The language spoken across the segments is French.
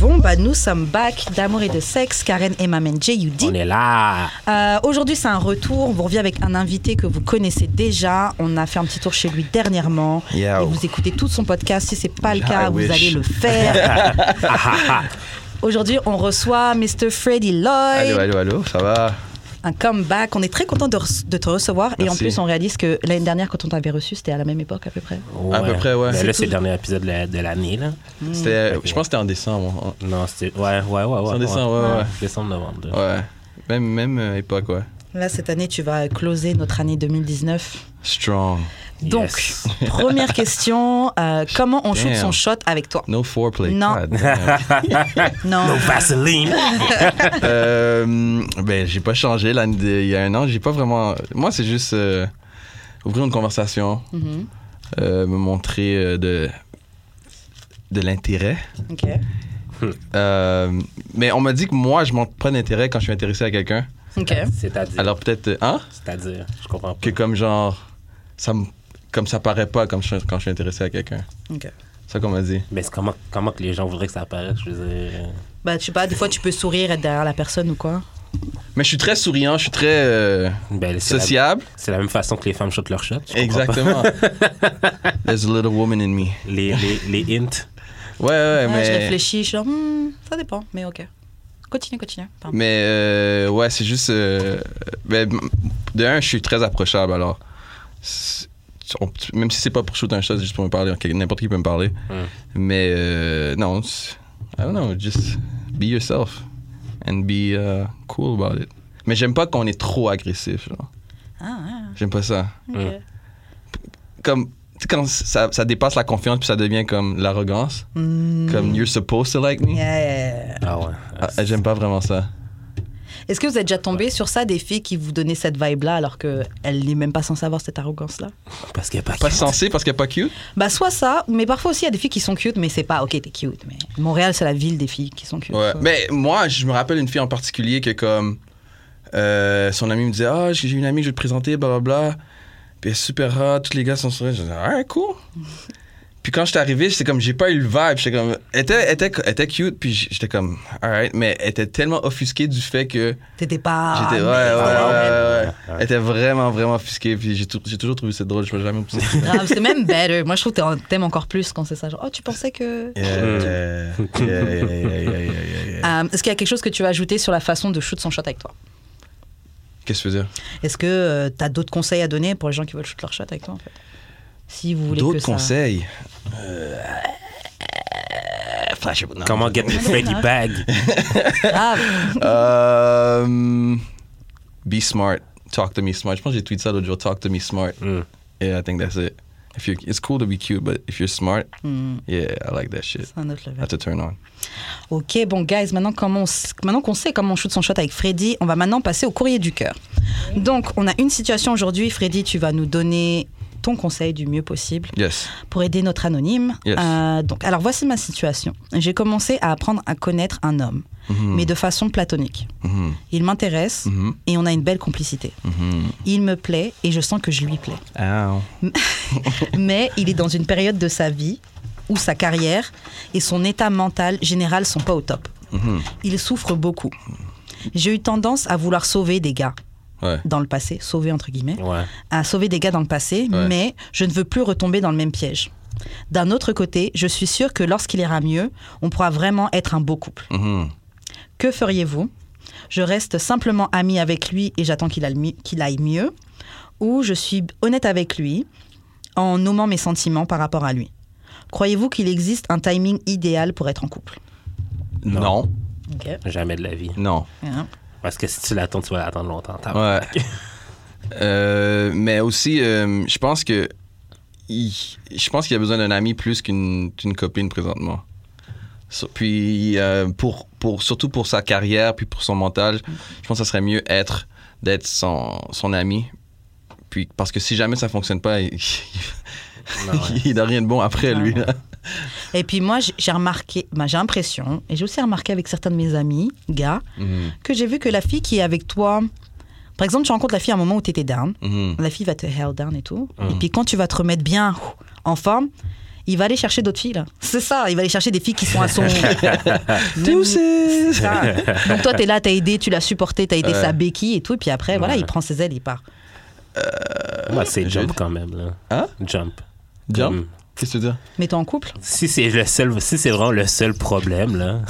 Bon, bah nous sommes back d'amour et de sexe, Karen et Mamen J. You On est là. Euh, Aujourd'hui, c'est un retour. On vous revient avec un invité que vous connaissez déjà. On a fait un petit tour chez lui dernièrement. Yeah. Et vous écoutez tout son podcast. Si c'est pas le I cas, vous wish. allez le faire. Aujourd'hui, on reçoit Mr. Freddy Lloyd. Allô, allô, allô, ça va Un comeback. On est très content de, re- de te recevoir. Et en Merci. plus, on réalise que l'année dernière, quand on t'avait reçu, c'était à la même époque à peu près. À peu près, ouais. Ben C'est là, c'est le dernier épisode de la- de l'année, là. C'était, Je pense que c'était en décembre. Non, c'était. Ouais, ouais, ouais. ouais C'est en décembre, ouais, ouais. Décembre, novembre. hein. là. Ouais. Même, même euh, époque, ouais. Là, cette année, tu vas closer notre année 2019. Strong. Donc, Yes. première question, euh, comment on shoot Damn. son shot avec toi No foreplay. Non. God damn. Non. Vaseline. Euh, ben, j'ai pas changé l'année de- il y a un an. J'ai pas vraiment. Moi, c'est juste euh, ouvrir une conversation, Mhm. euh, me montrer euh, de, de l'intérêt. Ok. Euh, mais on m'a dit que moi, je montre pas d'intérêt quand je suis intéressé à quelqu'un. Ok. C'est-à-dire. Alors peut-être. euh, Hein C'est-à-dire. Je comprends pas. Que comme genre. Ça me- Comme ça paraît pas comme je- quand je suis intéressé à quelqu'un. Ok. C'est ça qu'on m'a dit. Mais c'est comment, comment que les gens voudraient que ça apparaisse, je veux dire. euh, Bah, tu sais pas, des fois, tu peux sourire être derrière la personne ou quoi. Mais je suis très souriant, je suis très euh, Ben, c'est la- sociable. C'est la même façon que les femmes shootent leur shot. je comprends pas. Exactement. There's a little woman in me. Les, les, les hints. Ouais, ouais, Ouais, Je mais. réfléchis, je suis genre, hmm, ça dépend, mais ok. Continue, continue. Pardon. Mais euh, ouais, c'est juste. euh, ben, m- de un, je suis très approchable, alors. c'est- on- même si c'est pas pour shooter un shot, c'est juste pour me parler. ok, N'importe qui peut me parler. Mais euh, non, c'est- I don't know, just be yourself and be uh, cool about it. Mais j'aime pas qu'on est trop agressif. genre. Ah, ouais, J'aime pas ça. ok. comme tu sais, quand ça, ça dépasse la confiance puis ça devient comme l'arrogance comme you're supposed to like me Mm. Yeah. Ah ouais. Ah, ah, j'aime pas vraiment ça Est-ce que vous êtes déjà tombé sur ça, des filles qui vous donnaient cette vibe-là alors qu'elles n'est même pas sans savoir cette arrogance-là Parce qu'il n'y a pas, pas cute. sensé parce qu'elle est pas cute Bah, soit ça, mais parfois aussi, il y a des filles qui sont cute, mais c'est pas, ok, t'es cute. Mais Montréal, c'est la ville des filles qui sont cute. ouais so- mais moi je me rappelle une fille en particulier que comme euh, son ami me disait ah j'ai j'ai une amie que je vais te présenter blablabla puis elle est super hot tous les gars sont souriants je disais ah cool puis quand j'étais arrivé j'étais comme j'ai pas eu le vibe j'étais comme elle était, elle était, elle était cute puis j'étais comme alright mais elle était tellement offusquée du fait que T'étais pas. J'étais, ouais, mais- ouais, ouais, ouais. ouais. Elle était vraiment, vraiment offusquée. Puis j'ai tou- j'ai toujours trouvé ça drôle. Je ne jamais poussé. Grave, c'est même better. Moi, je trouve que t'es en- t'aimes encore plus quand c'est ça. Genre, oh, tu pensais que. Yeah, yeah, yeah, yeah, yeah, yeah, yeah. Euh, Est-ce qu'il y a quelque chose que tu as ajouté sur la façon de shoot son shot avec toi Qu'est-ce que tu veux dire? Est-ce que euh, t'as d'autres conseils à donner pour les gens qui veulent shoot leur shot avec toi, en fait Si vous voulez que D'autres ça- conseils? Euh... Flash non. Comment get the Freddy bag? Ah, Um, Be smart. Talk to me smart. Je pense que j'ai tweeté ça l'autre jour. Talk to me smart. Hmm, Yeah, I think that's it. If you it's cool to be cute, but if you're smart, yeah, I like that shit. c'est un autre level. That's a turn on. Ok, bon, guys, maintenant comment on s- maintenant qu'on sait comment on shoot son shot avec Freddy, on va maintenant passer au courrier du cœur. Donc, on a une situation aujourd'hui. Freddy, tu vas nous donner ton conseil du mieux possible Yes. pour aider notre anonyme. Yes. Euh, donc, alors voici ma situation. J'ai commencé à apprendre à connaître un homme, mais de façon platonique. Mhm. Il m'intéresse Mhm. et on a une belle complicité. Mhm. Il me plaît et je sens que je lui plais. Ow. Mais il est dans une période de sa vie où sa carrière et son état mental général sont pas au top. Mhm. Il souffre beaucoup. J'ai eu tendance à vouloir sauver des gars Ouais. dans le passé, sauver entre guillemets, Ouais. à sauver des gars dans le passé, Ouais. mais je ne veux plus retomber dans le même piège. D'un autre côté, je suis sûre que lorsqu'il ira mieux, on pourra vraiment être un beau couple. Mhm. Que feriez-vous Je reste simplement amie avec lui et j'attends qu'il a le mi- qu'il aille mieux Ou je suis honnête avec lui en nommant mes sentiments par rapport à lui Croyez-vous qu'il existe un timing idéal pour être en couple Non. Non. Jamais de la vie. Non. Hein Parce que si tu l'attends, tu vas l'attendre longtemps. t'as- Ouais. Euh, mais aussi, euh, je pense que. il- je pense qu'il y a besoin d'un ami plus qu'une d'une copine présentement. So- puis, euh, pour, pour, surtout pour sa carrière, puis pour son mental, je pense que ça serait mieux être d'être son, son ami. Puis, parce que si jamais ça fonctionne pas, il, Non, Ah ouais. il n'a rien de bon après, lui. là. Et puis moi, j'ai- j'ai remarqué, ben, j'ai l'impression, et j'ai aussi remarqué avec certains de mes amis, gars, Mhm. que j'ai vu que la fille qui est avec toi, par exemple, tu rencontres la fille à un moment où tu étais down, Mhm. la fille va te hell down et tout. Et Mhm. puis quand tu vas te remettre bien ouf, en forme, il va aller chercher d'autres filles. là. C'est ça, il va aller chercher des filles qui sont à son. Même- C'est ça. Donc toi, t'es là, t'as aidé, tu l'as supporté, t'as aidé Ouais. sa béquille et tout. Et puis après, voilà, Ouais. il prend ses ailes, il part. Moi, c'est Je- jump quand même, là. Hein? Jump. Jump? Mm. Qu'est-ce que tu veux dire? Mais t'es en couple Si c'est le seul, si c'est vraiment le seul problème, là.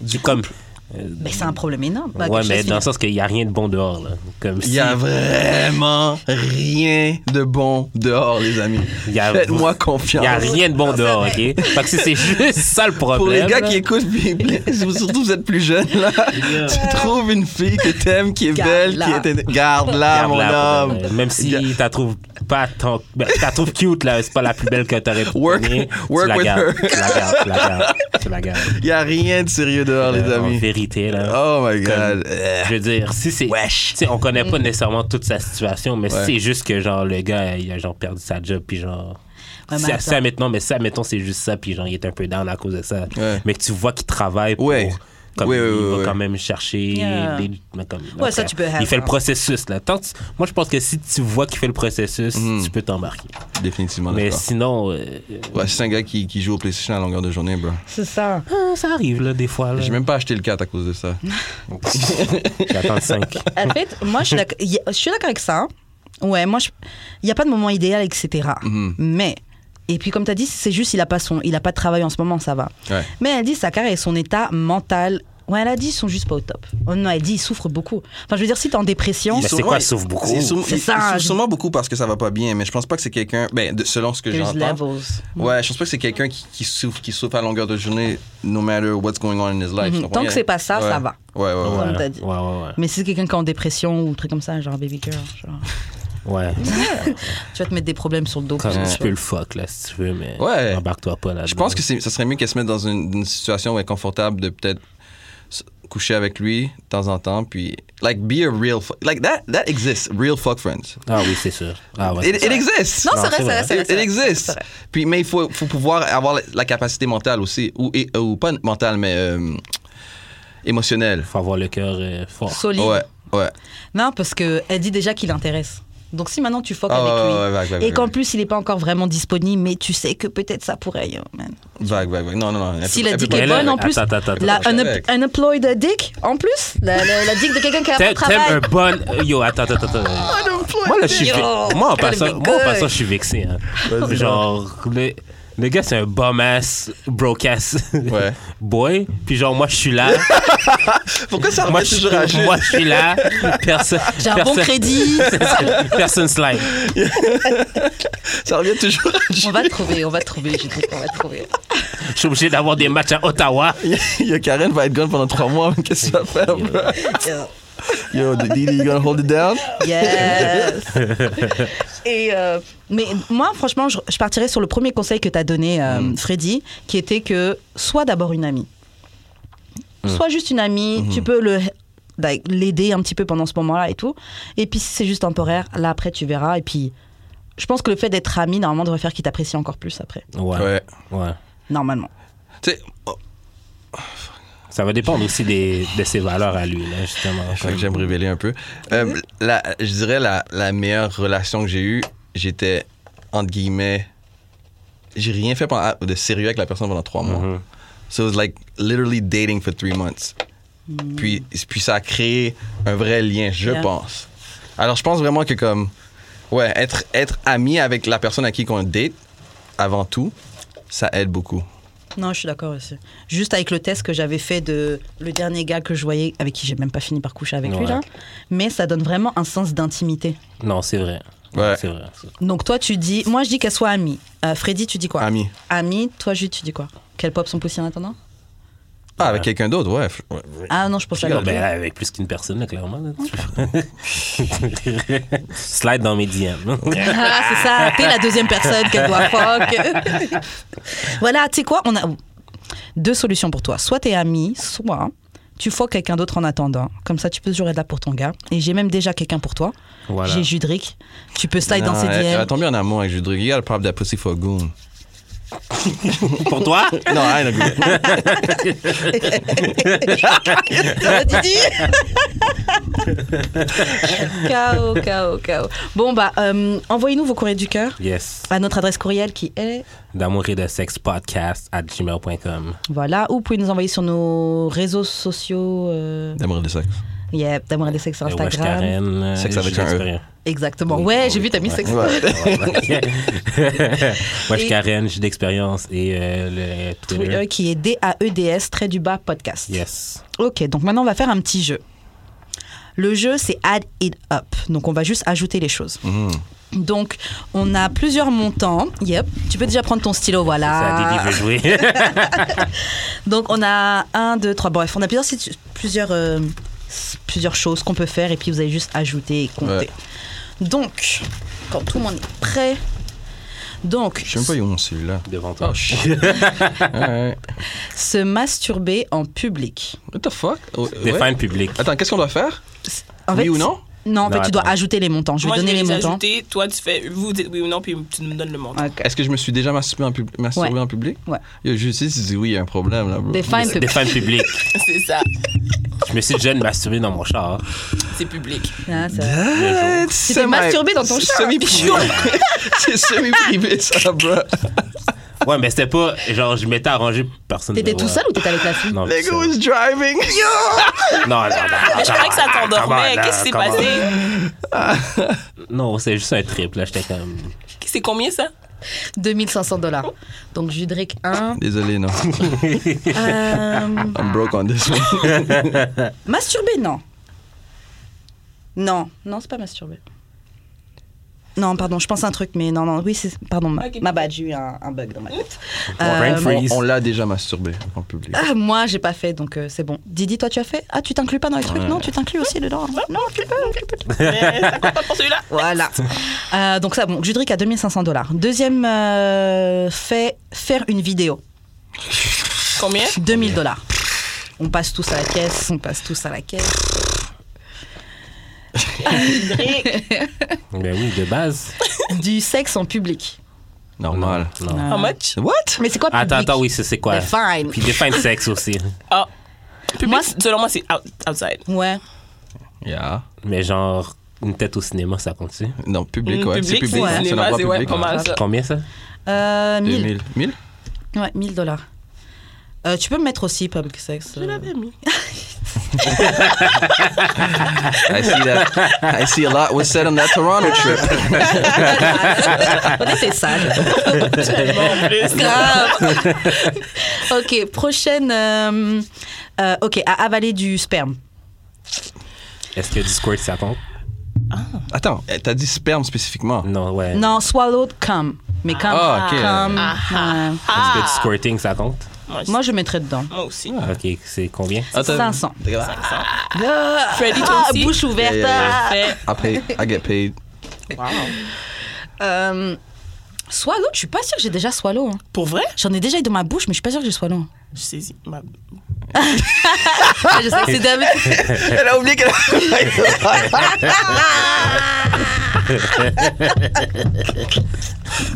Du comme. euh, Mais ben, c'est un problème énorme. Bah, ouais, quelque mais chose dans le finit. sens qu'il n'y a rien de bon dehors, là. Comme Il si. y a vraiment rien de bon dehors, les amis. Il y a- Faites-moi Il confiance. n'y a rien de bon dehors, OK? Fait que si c'est juste ça le problème. Pour les gars là, qui écoutent, puis- puis- surtout vous êtes plus jeunes, là, tu trouves une fille que t'aimes, qui est belle, qui Garde-la. est... Garde-la, regarde Ah, mon là, pour homme. de vrai. Même si tu la trouves pas tant. ben, Tu la trouves cute, là, c'est pas la plus belle que t'aurais pu Work- donner, work tu la with gardes, her. Tu la gardes, tu la gardes, tu la gardes. Il y a rien de sérieux dehors, les Euh, En amis. vérité, là. Oh my Comme- god. Euh, Je veux dire, si c'est. Wesh. Tu sais, on connaît pas nécessairement toute sa situation, mais Ouais. c'est juste que, genre, le gars, il a, genre, perdu sa job, puis genre. Ouais, mais ça, attends. ça, maintenant, mais ça, mettons, c'est juste ça, puis genre, il est un peu down à cause de ça. Ouais. Mais que tu vois qu'il travaille pour. Ouais. Comme Ouais, ouais, il ouais, va ouais. quand même chercher. Yeah. des- mais comme- Ouais, ça, après, tu peux Il have fait le ça. processus, là. Tant que- moi, je pense que si tu vois qu'il fait le processus, Mm. tu peux t'embarquer. Définitivement Mais d'accord. sinon, euh, Ouais, c'est un gars qui, qui joue au PlayStation à longueur de journée, bro. C'est ça. euh, ça arrive, là, des fois. là. J'ai même pas acheté le 4 à cause de ça. J'attends 5. En fait, moi, je suis d'ac- y- je suis d'accord avec ça. Ouais, moi, je- il n'y a pas de moment idéal, etc. Mhm. Mais, et puis comme tu as dit, c'est juste il a pas son, il a pas de travail en ce moment, ça va. Ouais. Mais elle dit sa carrière et son état mental. Ouais, elle a dit ils sont juste pas au top. Oh non, elle dit ils souffrent beaucoup. Enfin, je veux dire, si t'es en dépression, Mais Ils c'est sont- quoi, ouais, ils souffrent beaucoup? ils sont- C'est ils- ça, ils souffrent je- sûrement beaucoup parce que ça va pas bien, mais je pense pas que c'est quelqu'un. Ben, de- selon ce que there's j'entends. levels. Ouais, je pense pas que c'est quelqu'un qui, qui souffre, qui souffre à longueur de journée, no matter what's going on in his life. Mhm. Tu comprends? Tant que c'est pas ça, Ouais. ça va. Ouais, ouais, ouais. Comme Ouais, t'as dit. ouais, ouais. Mais si c'est quelqu'un qui est en dépression ou un truc comme ça, genre baby girl, genre, ouais. Ouais. tu vas te mettre des problèmes sur le dos. Comme, parce que tu tu peux le fuck, là, si tu veux, mais Ouais. embarque-toi pas là Je pense que c'est- ça serait mieux qu'elle se mette dans une, une situation où elle est confortable de peut-être s- coucher avec lui de temps en temps, puis like be a real fuck, like that that exists, real fuck friends. Ah oui, c'est sûr. Ah ouais. It, c'est it sûr. exists. Non, c'est vrai, c'est c'est vrai. vrai, c'est vrai. It c'est vrai. exists. C'est vrai. Puis, mais il faut, faut pouvoir avoir la, la capacité mentale aussi, ou, et- ou pas mentale, mais euh, émotionnelle. Faut avoir le cœur euh, fort. Solide. Ouais, ouais. Non, parce que elle dit déjà qu'il l'intéresse. Donc si maintenant tu foques Ah, avec ouais, lui ouais, ouais, vague, vague, et vague, qu'en vague. plus il n'est pas encore vraiment disponible, mais tu sais que peut-être ça pourrait. yo, man. Vague, vague, vague. Non, non, non. elle S'il peut- a elle dit peut qu'elle est pas- bonne en plus, Attends, attends, attends. la je suis un avec. unemployed dick en plus, la, la, la dick de quelqu'un qui a pas T'aimes de t'aimes un travail. bon. euh, Yo, attends, attends, attends. attends. Moi, là, je suis. Yo, ve- Moi, en gotta passant, be moi, en good. passant, je suis vexé. Hein. Genre, le, le gars, c'est un bum ass, broke ass Ouais. boy. Puis, genre, moi, je suis là. Pourquoi ça moi, revient je toujours à suis- Jules? moi, je suis là. Personne. J'ai un bon personne- crédit. Personne slime. Ça revient toujours à Jules. On va te trouver, on va te trouver, je dis qu'on va te trouver. Je suis obligé d'avoir des matchs à Ottawa. Il y a Karen va être gone pendant trois mois, mais qu'est-ce que tu vas faire, bro? Yo, Didi, you gonna hold it down? Yes. Et euh, mais moi, franchement, je, je partirais sur le premier conseil que tu as donné, euh, Freddy, qui était que sois d'abord une amie. Sois juste une amie. Tu peux le like, l'aider un petit peu pendant ce moment-là et tout. Et puis si c'est juste temporaire, là après tu verras. Et puis je pense que le fait d'être ami normalement devrait faire qu'il t'apprécie encore plus après. Ouais. Ouais. Ouais. Normalement. Tu sais, oh, Ça va dépendre aussi des, de ses valeurs à lui, là, justement. Je crois que j'aime révéler un peu. Euh, la- je dirais la, la meilleure relation que j'ai eue, j'étais, entre guillemets, j'ai rien fait pendant- de sérieux avec la personne pendant trois mois. Mhm. So it was like literally dating for three months. Puis, puis ça a créé un vrai lien, je Yeah. pense. Alors je pense vraiment que comme, ouais, être, être ami avec la personne à qui on date, avant tout, ça aide beaucoup. Non, je suis d'accord aussi. Juste avec le test que j'avais fait de le dernier gars que je voyais, avec qui j'ai même pas fini par coucher avec lui Ouais. là, mais ça donne vraiment un sens d'intimité. Non, c'est vrai. Ouais. C'est vrai. Donc toi tu dis, moi je dis qu'elle soit amie. Euh, Freddy tu dis quoi Ami. Amie, toi Jude tu dis quoi Qu'elle pop son poussière en attendant Ah, avec quelqu'un d'autre, ouais. f- ouais. Ah non je pense à Non, l'autre. ben, là, avec plus qu'une personne, là, clairement. là, tu- Slide dans mes DM. là. Ah c'est ça, t'es la deuxième personne qu'elle doit fuck. voilà, tu sais quoi, on a deux solutions pour toi. Soit t'es amie, soit tu fuck quelqu'un d'autre en attendant. Comme ça tu peux toujours être là pour ton gars. Et j'ai même déjà quelqu'un pour toi. Voilà. J'ai Judric. Tu peux slide dans Non, ses elle, elle DM. a tombé en amour avec Judric. You gotta pop that pussy for a goon. Pour toi? No, I ain't agree. Didi K.O. K.O. K.O. Bon, bah, euh, envoyez-nous vos courriers du cœur Yes. à notre adresse courriel qui est. D'amour et de sexe podcast at gmail.com. Voilà, ou vous pouvez nous envoyer sur nos réseaux sociaux. Euh, D'amour et de sexe. yeah, d'amour et des Euh, sexes sur Instagram. Sexe avec un E. Exactement. Ouais, j'ai vu, t'as mis sexe. euh, Moi, je Et- suis Karen, j'ai d'expérience et euh, le Twitter. Twitter qui est E D-A-E-D-S, trait du bas podcast. Yes. Ok, donc maintenant on va faire un petit jeu. Le jeu, c'est add it up. Donc on va juste ajouter les choses. Mmh. Donc on a plusieurs montants. Yep. Tu peux déjà prendre ton stylo, Ça, Didi voilà. veut jouer. Donc on a un, deux, trois. Bref, on a plusieurs situ- plusieurs euh, s- plusieurs choses qu'on peut faire et puis vous allez juste ajouter et compter. Ouais. Donc quand tout le monde est prêt. Donc, Je sais même pas où on s'est là. Devant toi. Oh, shit. Alright. se masturber en public. What the fuck? Oh, ouais. Défendre public. Attends, qu'est-ce qu'on doit faire? En oui fait, ou non? Non, en Non, fait, tu dois attends. ajouter les montants. Je vais Moi, donner je les vais les montants. ajouter. Toi, tu fais. Vous dites oui ou non, puis tu nous donnes le montant. Ok. Est-ce que je me suis déjà masturbé en, pub- masturbé Ouais. en public? Ouais. Yo, je sais si tu dis oui, il y a un problème là, bro. Défine public. Défendre public. C'est ça. Je me suis déjà masturbé dans mon char. C'est public. Ah, Bah, ça- Ah, t'es semi- masturbé dans ton c'est char. Semi-privé. c'est semi-privé ça, bro. Ouais, mais c'était pas. Genre, je m'étais arrangé, personne T'étais ne tout voit. seul ou t'étais avec la fille Non, The tout guy seul. was driving. Non, non, non. Mais je croyais que ça t'endormait. Qu'est-ce qui s'est passé? Non, c'est juste un trip. Là, j'étais comme. C'est combien ça? 2500 dollars. Donc Judric 1. Désolé, non. Euh, I'm broke on this one. masturber, non. Non, non, c'est pas masturber. Non, pardon, je pense à un truc, mais non, non, oui, c'est. Pardon, ma, Ok. ma bad, j'ai eu un, un bug dans ma tête. Brain Euh, freeze. On l'a déjà masturbé en public. ah, moi, j'ai pas fait, donc euh, c'est bon. Didi, toi, tu as fait Ah, tu t'inclus pas dans les trucs Non, tu t'inclus aussi dedans. Non, tu peux, tu peux. Mais ça compte pas pour celui-là. Voilà. Euh, donc ça, bon, Judric à 2500 dollars. Deuxième euh, fait, faire une vidéo. Combien? 2000 dollars. On passe tous à la caisse, on passe tous à la caisse. Ben oui, de base. Du sexe en public. Normal. Non. Euh, How much? What? Mais c'est quoi public Attends, attends, oui, c'est c'est quoi? Define. Puis défendre sexe aussi. Ah. Public, Moi, c'est- selon moi, c'est out- outside. Ouais. Yeah. Mais genre, une tête au cinéma, ça compte Non, public, Mm, ouais. C'est public, public, ouais. hein, c'est un Cinéma, endroit c'est ouais, public. pas mal. Ah, ça. Combien ça? Euh, 1000. 2000. 1000? Ouais, 1000 dollars. Euh, tu peux me mettre aussi public sexe. euh. Je l'avais mis. I see that. I see a lot was said on that Toronto trip. On était sales. Grave. ok, prochaine. euh, euh, ok, à avaler du sperme. Est-ce que Discord, ça compte? Attends, eh, t'as dit sperme spécifiquement. Non, ouais. Non, swallowed cum. Mais cum. Ah, ok. cum, ouais. Est-ce que du Ah! squirting, ça compte? Moi, Moi, je mettrais dedans. moi aussi. Ok, c'est combien? Attends. 500. Ah, Freddy, toi ah, aussi? bouche ouverte. Yeah, yeah, yeah. ah. Parfait. I pay. I get paid. Euh, swallow, je suis pas sûre que j'ai déjà swallow. hein. Pour vrai? J'en ai déjà eu dans ma bouche, mais je suis pas sûre que j'ai swallow. Je saisis. Ma... Ah, je sais que c'est David. Elle a oublié qu'elle.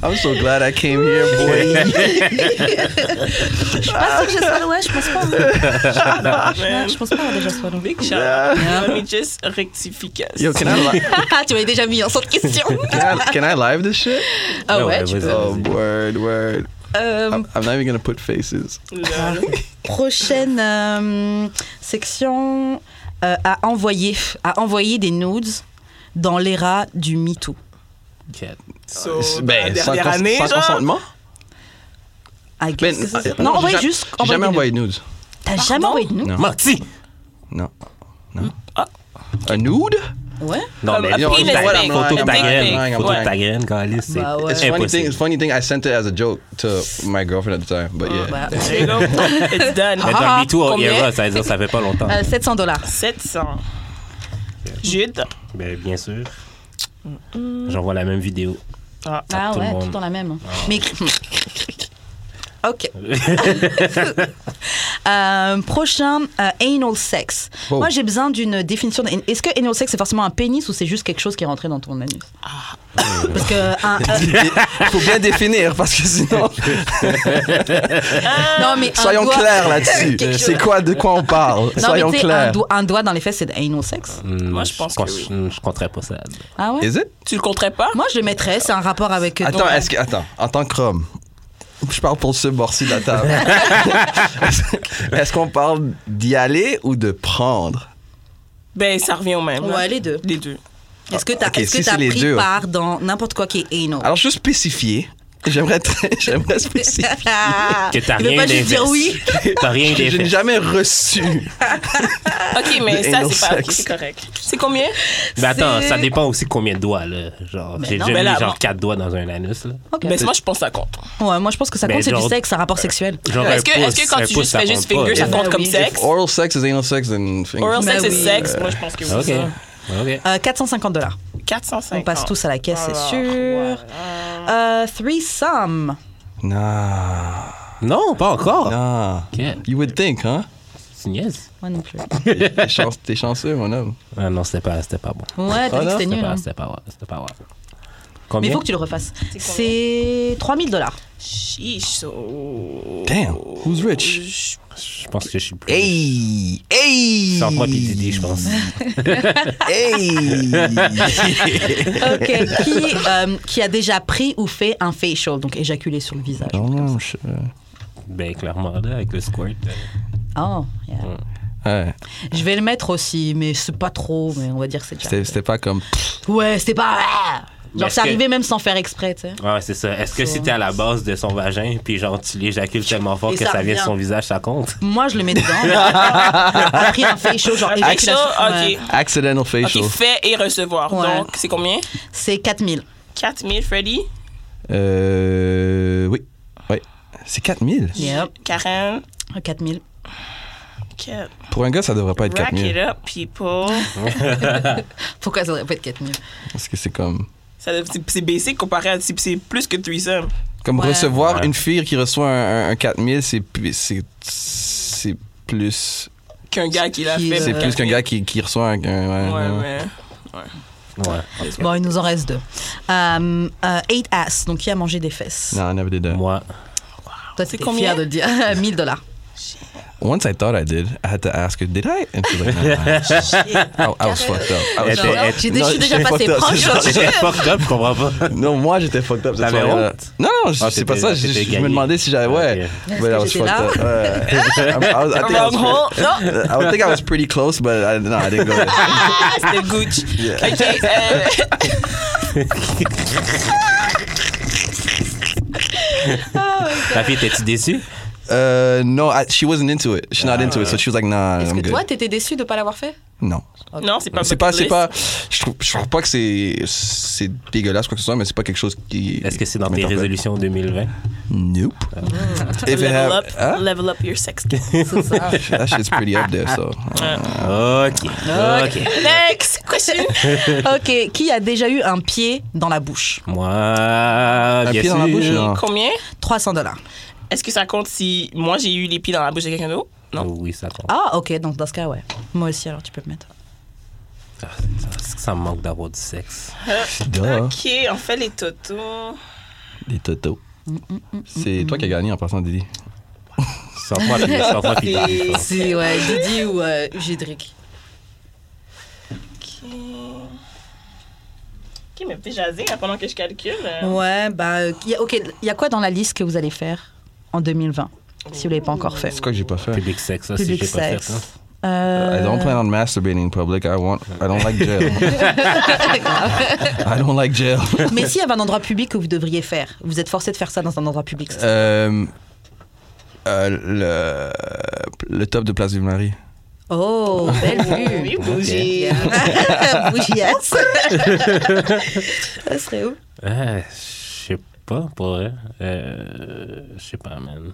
I'm so glad I came here, boy. Je suis pas sûre que j'ai swallow. Ouais, je pense pas. hein. Ouais, je pense pas avoir déjà Ah, swallow. Big shout out. Mommy just rectificace. Yo, can I li- tu m'avais déjà mis en sorte de question. can I, can I live this shit? ah ouais, Ouais, ouais, tu vas-y. peux. Oh, word, word. Euh, I'm, I'm not even gonna put faces. Lol. prochaine euh, section euh, à envoyer, à envoyer des nudes dans l'era du MeToo. Ok. So, Ben, dans Oh, la sans, dernière cons- année, sans genre, consentement? I guess que c'est ça. euh, non, j'ai envoyez jamais- juste. J'ai jamais des envoyé de nudes. nudes. T'as jamais envoyé de nudes Non. Menti! Non. Non. Un nude? Ouais. Non, mais A photo penis de pic. ta- photo de ta Ouais. graine. Photo de Ouais. ta graine, Calis, c'est Bah ouais. It's funny thing. impossible. It's funny thing. I sent it as a joke to my girlfriend at the time, but yeah. Bah, there you go. It's done. Mais dans Ah, le MeToo combien? era, ça veut dire ça fait pas longtemps. euh, 700 dollars. 700. Jude. Ben, bien sûr. J'envoie la même vidéo. Ah. Ah tout le ouais, monde. tout Ah. dans la même. Mais. ok. Euh, prochain, euh, anal sex. Wow. Moi, j'ai besoin d'une définition. d'an- Est-ce que anal sex, c'est forcément un pénis ou c'est juste quelque chose qui est rentré dans ton anus Ah. Parce que. un- un- Il faut bien définir parce que sinon, non, mais un soyons doigt- clairs là-dessus. Quelque chose- C'est quoi, de quoi on parle Non, mais Soyons tu sais, un, clairs. Mm. doigt- un doigt dans les fesses, c'est anal sex. Mm. Moi, je pense que oui. Je compterais pas ça. Ah ouais Is it? Tu le compterais pas? Moi, je le mettrais. C'est un rapport avec. ton- Attends, est-ce que, attends, en tant qu'homme, je parle pour ce morceau de la table. Est-ce- est-ce qu'on parle d'y aller ou de prendre Ben, ça revient au même. là. Ouais, les deux. Les deux. Est-ce que tu as, Ok, si c'est les pris deux. part dans n'importe quoi qui est anal Alors, je spécifier. J'aimerais, très- j'aimerais spécifier. Que t'as Il veut rien pas juste dire oui. T'as rien Je, je n'ai d'inverse. jamais reçu. Ah. Ok, mais Le ça, anal c'est pas. ok, sex. c'est correct. C'est combien? Mais Ben, attends, C'est- ça dépend aussi combien de doigts, là. Genre, j'ai non. déjà Ben Mais mis là, genre bon. quatre doigts dans un anus, là. Ok. Ben, moi, je pense que ça compte. Ouais, moi, je pense que ça Ben, compte, c'est du genre- sexe, un rapport sexuel. Genre Est-ce un que, est-ce pouce, que quand un tu pouce, juste ça fais compte juste pas, finger, ça là. Ben compte comme oui. sexe? Oral sex is anal sex and finger. Oral Ben sex oui. et sexe, moi, je pense que oui. Ok. ça. Ok. Euh, 450 dollars. 450. On Ah. passe tous à la caisse, c'est Alors, sûr. Euh, threesome. Non, Non, pas encore. non. Ok. You would think, hein? Tu niaises? Moi non plus. T'es chance- t'es chanceux, mon homme. Ah non, c'était pas, c'était pas bon. Ouais, t'as dit que c'était C'était nul. Ah pas, Ah hein. c'était pas, ouais, c'était pas, ouais. Mais Combien? il faut que tu le refasses. C'est combien C'est 3000 dollars. Sheesh, so. Damn, who's rich? Oh, Je- Je pense que je suis plus. Hey! Hey! C'est entre moi pis Didi, je pense. Hey! Ok. qui, euh, qui a déjà pris ou fait un facial, donc éjaculé sur le visage. Non, non, je- Ben, clairement, là, avec le squirt. euh, là. Oh, yeah. Mm. Ouais, Je vais le mettre aussi, mais c'est pas trop, mais on va dire que c'est déjà. c'était c'était pas comme. Ouais, c'était pas. Ah Mais Genre, est-ce c'est que- arrivé même sans faire exprès, tu sais. Ouais, c'est ça. Est-ce que si t'es à la base de son vagin, puis genre tu l'éjacules tellement fort Et que ça ça vient de revient. son visage, ça compte? Moi, je le mets dedans. a pris un facial, genre Facial, éjaculation. ok. ouais. Accidental facial. Ok, fait et recevoir. Ouais. Donc, c'est combien? C'est 4000. 4000, Freddy? Euh. Oui. Oui. C'est 4000. Yep. Karen? 4000. Quatre. Pour un gars, ça devrait pas être Rack it 4000. up, people. Pourquoi ça devrait pas être 4000 Parce que c'est comme. Ça, c'est- c'est basic comparé à. C'est c'est plus que threesome. Comme Ouais. recevoir Ouais. une fille qui reçoit un, un- un 4000, c'est pu- c'est c'est plus Qu'un gars qui l'a Qui, fait. euh, c'est pour plus qu'un 4000. gars qui, qui reçoit un, un- Ouais, un- ouais. Ouais. Bon, il nous en reste deux. Euh, euh, eight ass, donc qui a mangé des fesses Non, I never did that. Moi, Toi, t'es combien fier de le dire. 1000 dollars. Once I thought I did, I had to ask her, did I? And she was like, no, no, no. I, I was fucked up. I was Elle était- fucked elle- J'ai dé- je non, suis déjà j'ai passé fucked up, proche. c'est ça. je- j'étais fucked up, je comprends pas. up. Non, moi j'étais fucked up cette T'avais soirée-là. honte? Non, non, je- Ah, c'est pas t'étais- ça. Je, t'étais je gaillé. me demandais si j'avais. Ouais. Est-ce But I que was j'étais fucked là? up. Ouais. I, I was- I think I was- Wrong hole. Non, I would think I was pretty close, but I, no, I didn't go there. ah, c'était Gucci. Ok, euh, La fille, t'es-tu déçue? Uh, no, I, she wasn't into it. She's not into it, so she was like, nah, Est-ce I'm que good. toi, t'étais déçu de pas l'avoir fait Non. non, c'est pas C'est pas, c'est bucket pas. Je trouve, je trouve pas que c'est, c'est dégueulasse quoi que ce soit, mais c'est pas quelque chose qui. Est-ce que c'est dans qui tes m'interpelle. résolutions 2020? Nope. Ah. list. If it Level have, up, Huh? level up your sex. C'est ça. that shit's pretty up there, so. Ok. Ah. Ok. Next question. ok, qui a déjà eu un pied dans la bouche Moi, bien pied sûr. dans la bouche, non. Combien? 300 dollars. Est-ce que ça compte si moi j'ai eu les pieds dans la bouche de quelqu'un d'autre? Non. Oh Oui, ça compte. Ah, ok, donc dans ce cas, ouais. Moi aussi, alors tu peux me mettre. Ah, ça- Ça me manque d'avoir du sexe. Duh. Ok, on fait les totos. Des totos. C'est toi qui as gagné en passant, Didi. Sans moi, puis sans moi, puis Didi, je pense. C'est, ouais, Didi ou euh, Gédric. Ok. Ok, mais fais jaser hein, pendant que je calcule. euh. Ouais, bah, euh, y a- ok, il y a quoi dans la liste que vous allez faire en 2020 si vous l'avez pas encore fait C'est quoi que j'ai pas fait? Public sexe, ça, si Public j'ai pas fait hein. sex. ça. Euh, I don't plan on masturbating in public. I want. I don't like jail. I don't like jail. Mais s'il y avait un endroit public que vous devriez faire, vous êtes forcé de faire ça dans un endroit public. ça. Euh, euh, le, le top de Place du Marie. Oh, belle vue. Oui, bouger. Bougillasse. ça serait où hein. Ah, je sais Euh, pas, pour vrai. Euh, je sais pas, man.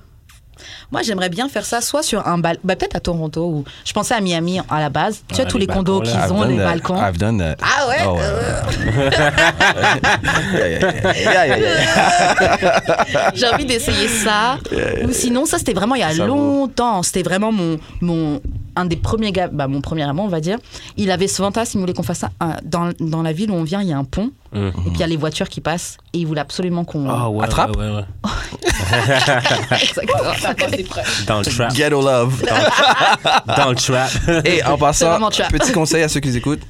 Moi, j'aimerais bien faire ça soit sur un balcon, bah, peut-être à Toronto, ou je pensais à Miami à la base. Tu Ouais, vois, tous Ah, les les condos balcons, qu'ils là. ont, les balcons. I've done that. Ah ouais, Oh, euh, yeah, yeah, yeah. J'ai envie d'essayer ça. Ou sinon, ça, c'était vraiment il y a Ça vaut. longtemps. C'était vraiment mon, mon. Un des premiers gars, bah, mon premier amant, on va dire. Il avait ce fantasme, il voulait qu'on fasse ça. euh, Dans, dans la ville où on vient, il y a un pont. Mhm. Et puis il y a les voitures qui passent. Et il voulait absolument qu'on. Ah ouais, Attrape. ouais, ouais, ouais. Exactement. Dans le trap. Ghetto love. Dans le trap. Et en passant, vraiment trap. petit conseil à ceux qui nous écoutent.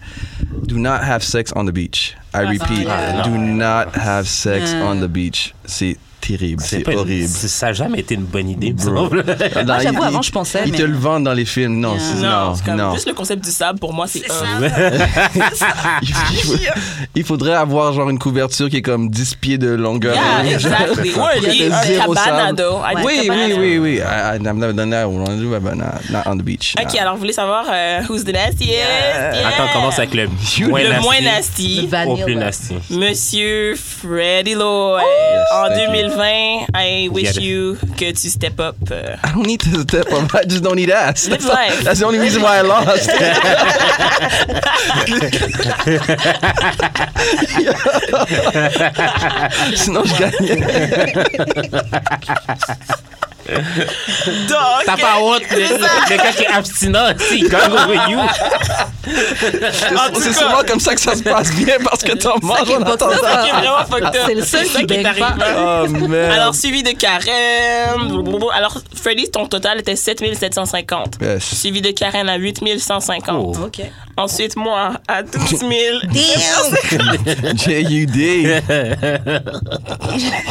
Do not have sex on the beach. Ah, I repeat, yeah. do not have sex Yeah. on the beach. C'est terrible, c'est pas une- horrible. c'est- ça n'a jamais été une bonne idée, me semble. Dans- Ah, j'avoue, ils- avant, je pensais, Ils mais- te le vendent dans les films. Non, Yeah. c'est- Non, non, c'est comme non. juste le concept du sable pour moi, c'est un. Il, Ah. faut- il faudrait avoir genre une couverture qui est comme 10 pieds de longueur. Yeah, exactly. Ou un lit, un Zéro cabana, sable. though. Un Oui, cabana. oui, oui, oui. Ah, I, I- I've never done that. We'll only do that, but not, not on the beach. Ok, Nah. alors vous voulez savoir euh, who's the nastiest? Yeah. Attends, on commence avec le moins le nasty moins nasty. au Vanille, plus ouais. nasty. Monsieur Freddy Lloyd. Yes, en thank you. 2020, I wish it. you que tu step up. euh, I don't need to step up. I just don't need ass. Live That's, life. that's the only reason why I lost. Sinon, je gagnais. Donc, T'as pas honte, le, le gars qui est abstinent, si, il gagne over you. en tout C'est cas, souvent comme ça que ça se passe bien parce que t'en manges en attendant. c'est vraiment fucked up. C'est le seul ça qui est baigne pas. arrivé. Oh, man. Alors, suivi de Karen. Blablabla. Alors, Freddy, ton total était 7750. Yes. Suivi de Karen à 8150. Oh. Ok. Ensuite, moi, à 12 000. J-U-D.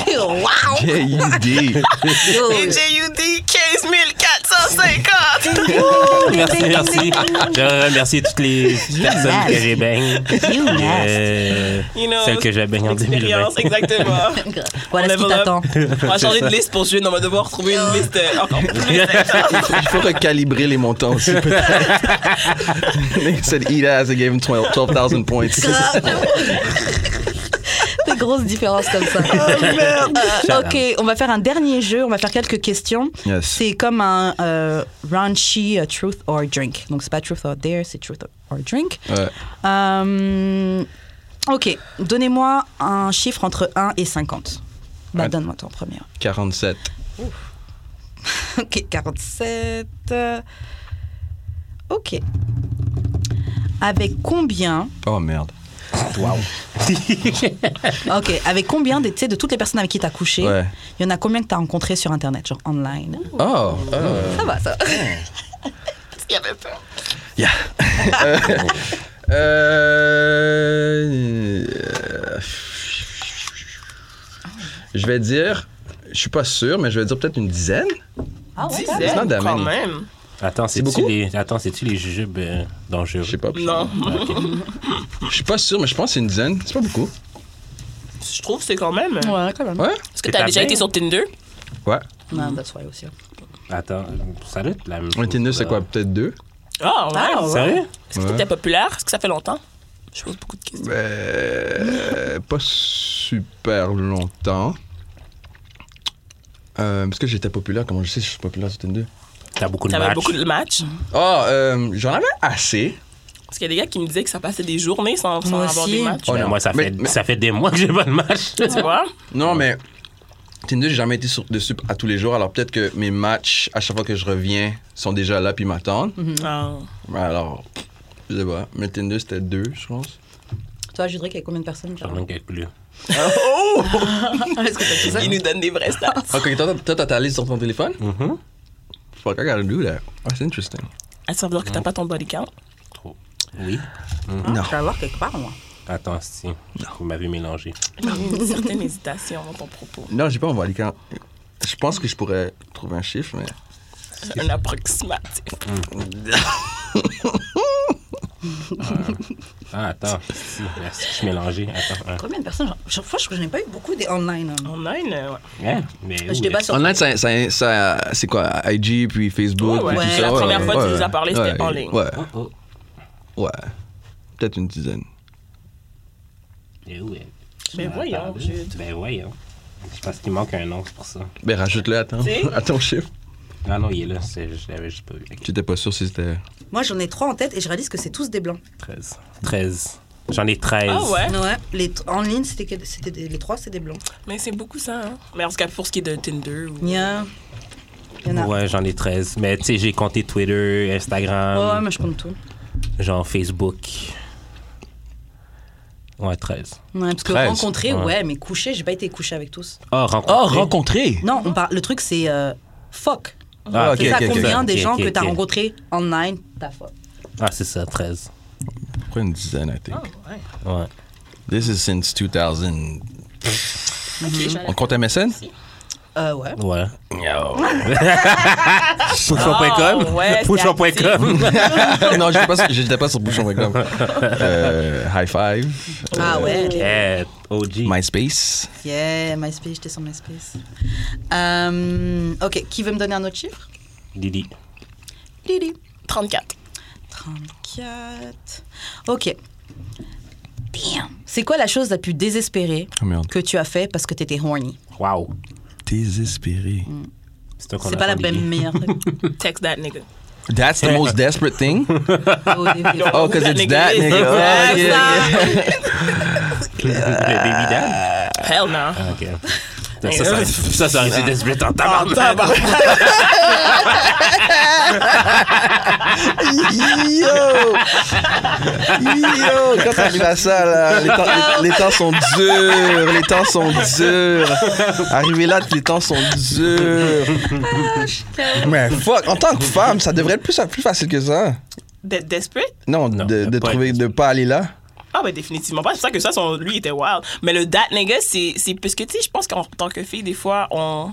wow! J-U-D. Et JUD, 15 450. Merci, merci. Je remercie toutes les personnes que j'ai baignées. You nasty. Euh, You know, celles que j'ai baignées en 2020. Expérience, exactement. Voilà ce qui Level up. t'attend. On va changer de liste pour June. On va devoir trouver une liste euh, encore plus. Il faut recalibrer les montants aussi, peut-être. They said eat ass, they gave him 12 12,000 points. Des grosses différences comme ça. Euh, ok, on va faire un dernier jeu, on va faire quelques questions. Yes. C'est comme un euh, raunchy euh, truth or drink. Donc c'est pas truth or dare, c'est truth or drink. Ouais. Euh, ok, donnez-moi un chiffre entre 1 et 50. Bah, Ouais. donne-moi ton premier. 47. Ok, 47. euh, Ok. Avec combien Oh merde. Wow. Ok, avec combien de, tu sais, de toutes les personnes avec qui t'as couché, il Ouais. y en a combien que t'as rencontré sur Internet, genre online Oh. oh. Ça va, ça va. Yeah. euh, euh, je vais dire, je suis pas sûr, mais je vais dire peut-être une dizaine. Ah ouais, It's not that Quand many. même. Attends, c'est-tu beaucoup? les, attends, c'est-tu les jujubes euh, dangereux? Je sais pas. Non. Je suis pas sûr, mais je pense que c'est une dizaine. C'est pas beaucoup. Je trouve que c'est quand même. Ouais, quand même. Ouais. Est-ce que t'as déjà été sur Tinder? Ouais. Non, that's why aussi. Attends, ça doit être la même On était nul, chose, c'est là. quoi, peut-être deux. Ah, ouais. Ah, ouais. Sérieux? Est-ce que Ouais. t'étais populaire? Est-ce que ça fait longtemps? Je pose beaucoup de questions. Euh, pas super longtemps. Euh, parce que j'étais populaire, comment je sais si je suis populaire sur Tinder? T'as beaucoup de T'avais matchs. beaucoup de matchs. Ah, euh, j'en avais assez. Parce qu'il y a des gars qui me disaient que ça passait des journées sans, sans Moi avoir aussi. des matchs. Oh Mais non. Moi, ça Mais- fait, mais- ça fait des mois que j'ai pas de match. Tu vois? Non, mais Tinder, j'ai jamais été sur, dessus à tous les jours. Alors peut-être que mes matchs, à chaque fois que je reviens, sont déjà là puis m'attendent. Ah. Mais Alors, je sais pas. Mais Tinder, c'était deux, je pense. Toi, Judric, il y a combien de personnes genre J'en ai calculé. Est-ce que t'as tout ça Il nous donne des vrais stats. Ah, Ok, toi, t'as- toi, t'as ta liste sur ton téléphone? Fuck, I gotta do that. That's interesting. À savoir que t'as pas ton body count. Trop. Oui. Non. Je vais avoir quelque part, moi. Attends, si. Vous m'avez mélangé. Une certaine hésitation dans ton propos. Non, j'ai pas envoyé quand. Je pense que je pourrais trouver un chiffre, mais. Un approximatif. Ah, attends. Si, merci, je suis mélangé. Attends. hein. Combien de personnes genre, Chaque fois, je n'ai pas eu beaucoup des online. hein. Online, euh, ouais. Hein? Mais Je où débat est- sur. Online, ça, ça, ça- c'est quoi? IG, puis Facebook, Ouais, puis ouais. tout ça. La première fois, tu nous as parlé, c'était ouais, en ligne. Ouais, Oh, oh. ouais. Peut-être une dizaine. Et où est- Ben Mais Je m'en voyons, attendais. Jude. Ben voyons. Je pense qu'il manque un nom, c'est pour ça. Ben, rajoute-le à ton, Tu sais? à ton chiffre. Ah non, il est là. C'est, je l'avais juste pas vu. Ok, Tu n'étais pas sûr si c'était. Moi, j'en ai trois en tête et je réalise que c'est tous des blancs. 13. 13. J'en ai 13. Ah ouais? Ouais. Les, en ligne, c'était que- c'était des- les trois, c'est des blancs. Mais c'est beaucoup ça, hein. Mais en tout cas, pour ce qui est de Tinder ou... Il y, a- il y en a. Ouais, j'en ai 13. Mais tu sais, j'ai compté Twitter, Ouais, ouais, Instagram, mais je compte tout. genre Facebook. Ouais, 13. Ouais, parce que 13, rencontrer, ouais. ouais. mais coucher, j'ai pas été couché avec tous. Oh, Ah, rencontré. rencontré! Non, on parle, le truc, c'est euh, fuck. Ah, Ok, c'est ça, ok, ok. combien des Ok, gens ok, que t'as ok. rencontrés online, t'as fuck. Ah, c'est ça, 13. Pourquoi une dizaine, I think? Oh, Ouais. This is since 2000. Ok, je vais aller- On compte MSN? Euh, ouais. Ouais. Pouchon.com? Ah, ouais, c'est Pouchon.com? non, j'étais pas, sur- j'étais pas sur bouchon.com. Euh, high Five, Ah ouais. Eh, OG. MySpace. Yeah, MySpace, j'étais sur MySpace. Euh, ok, qui veut me donner un autre chiffre Didi. Lily. 34. 34. Ok. Damn. C'est quoi la chose la plus désespérée Oh merde. que tu as fait parce que t'étais horny Wow. Désespéré. C'est C'est pas la même meilleure. Text that nigga. That's the most desperate thing? Oh, Oh, because That it's nigga that is- nigga. Oh, Yeah, yeah, ça. yeah. Le euh, baby dad? Hell no. Ah, Ok. Ça, ça, ça, ça, ça aurait été desperate Ah, en tabarnak. Yo, quand t'arrives à ça, là, les temps, les- les temps sont durs, les temps sont durs. Arriver là, les temps sont durs. Mais fuck, en tant que femme, ça devrait être plus, plus facile que ça. hein? D'être desperate? Non, Non, de, de de pas trouver, être- de pas aller là. Ah ben définitivement pas. C'est pour ça que ça, son, lui, il était wild. Mais le that nigga, c'est c'est- parce que, tu sais, je pense qu'en tant que fille, des fois, on...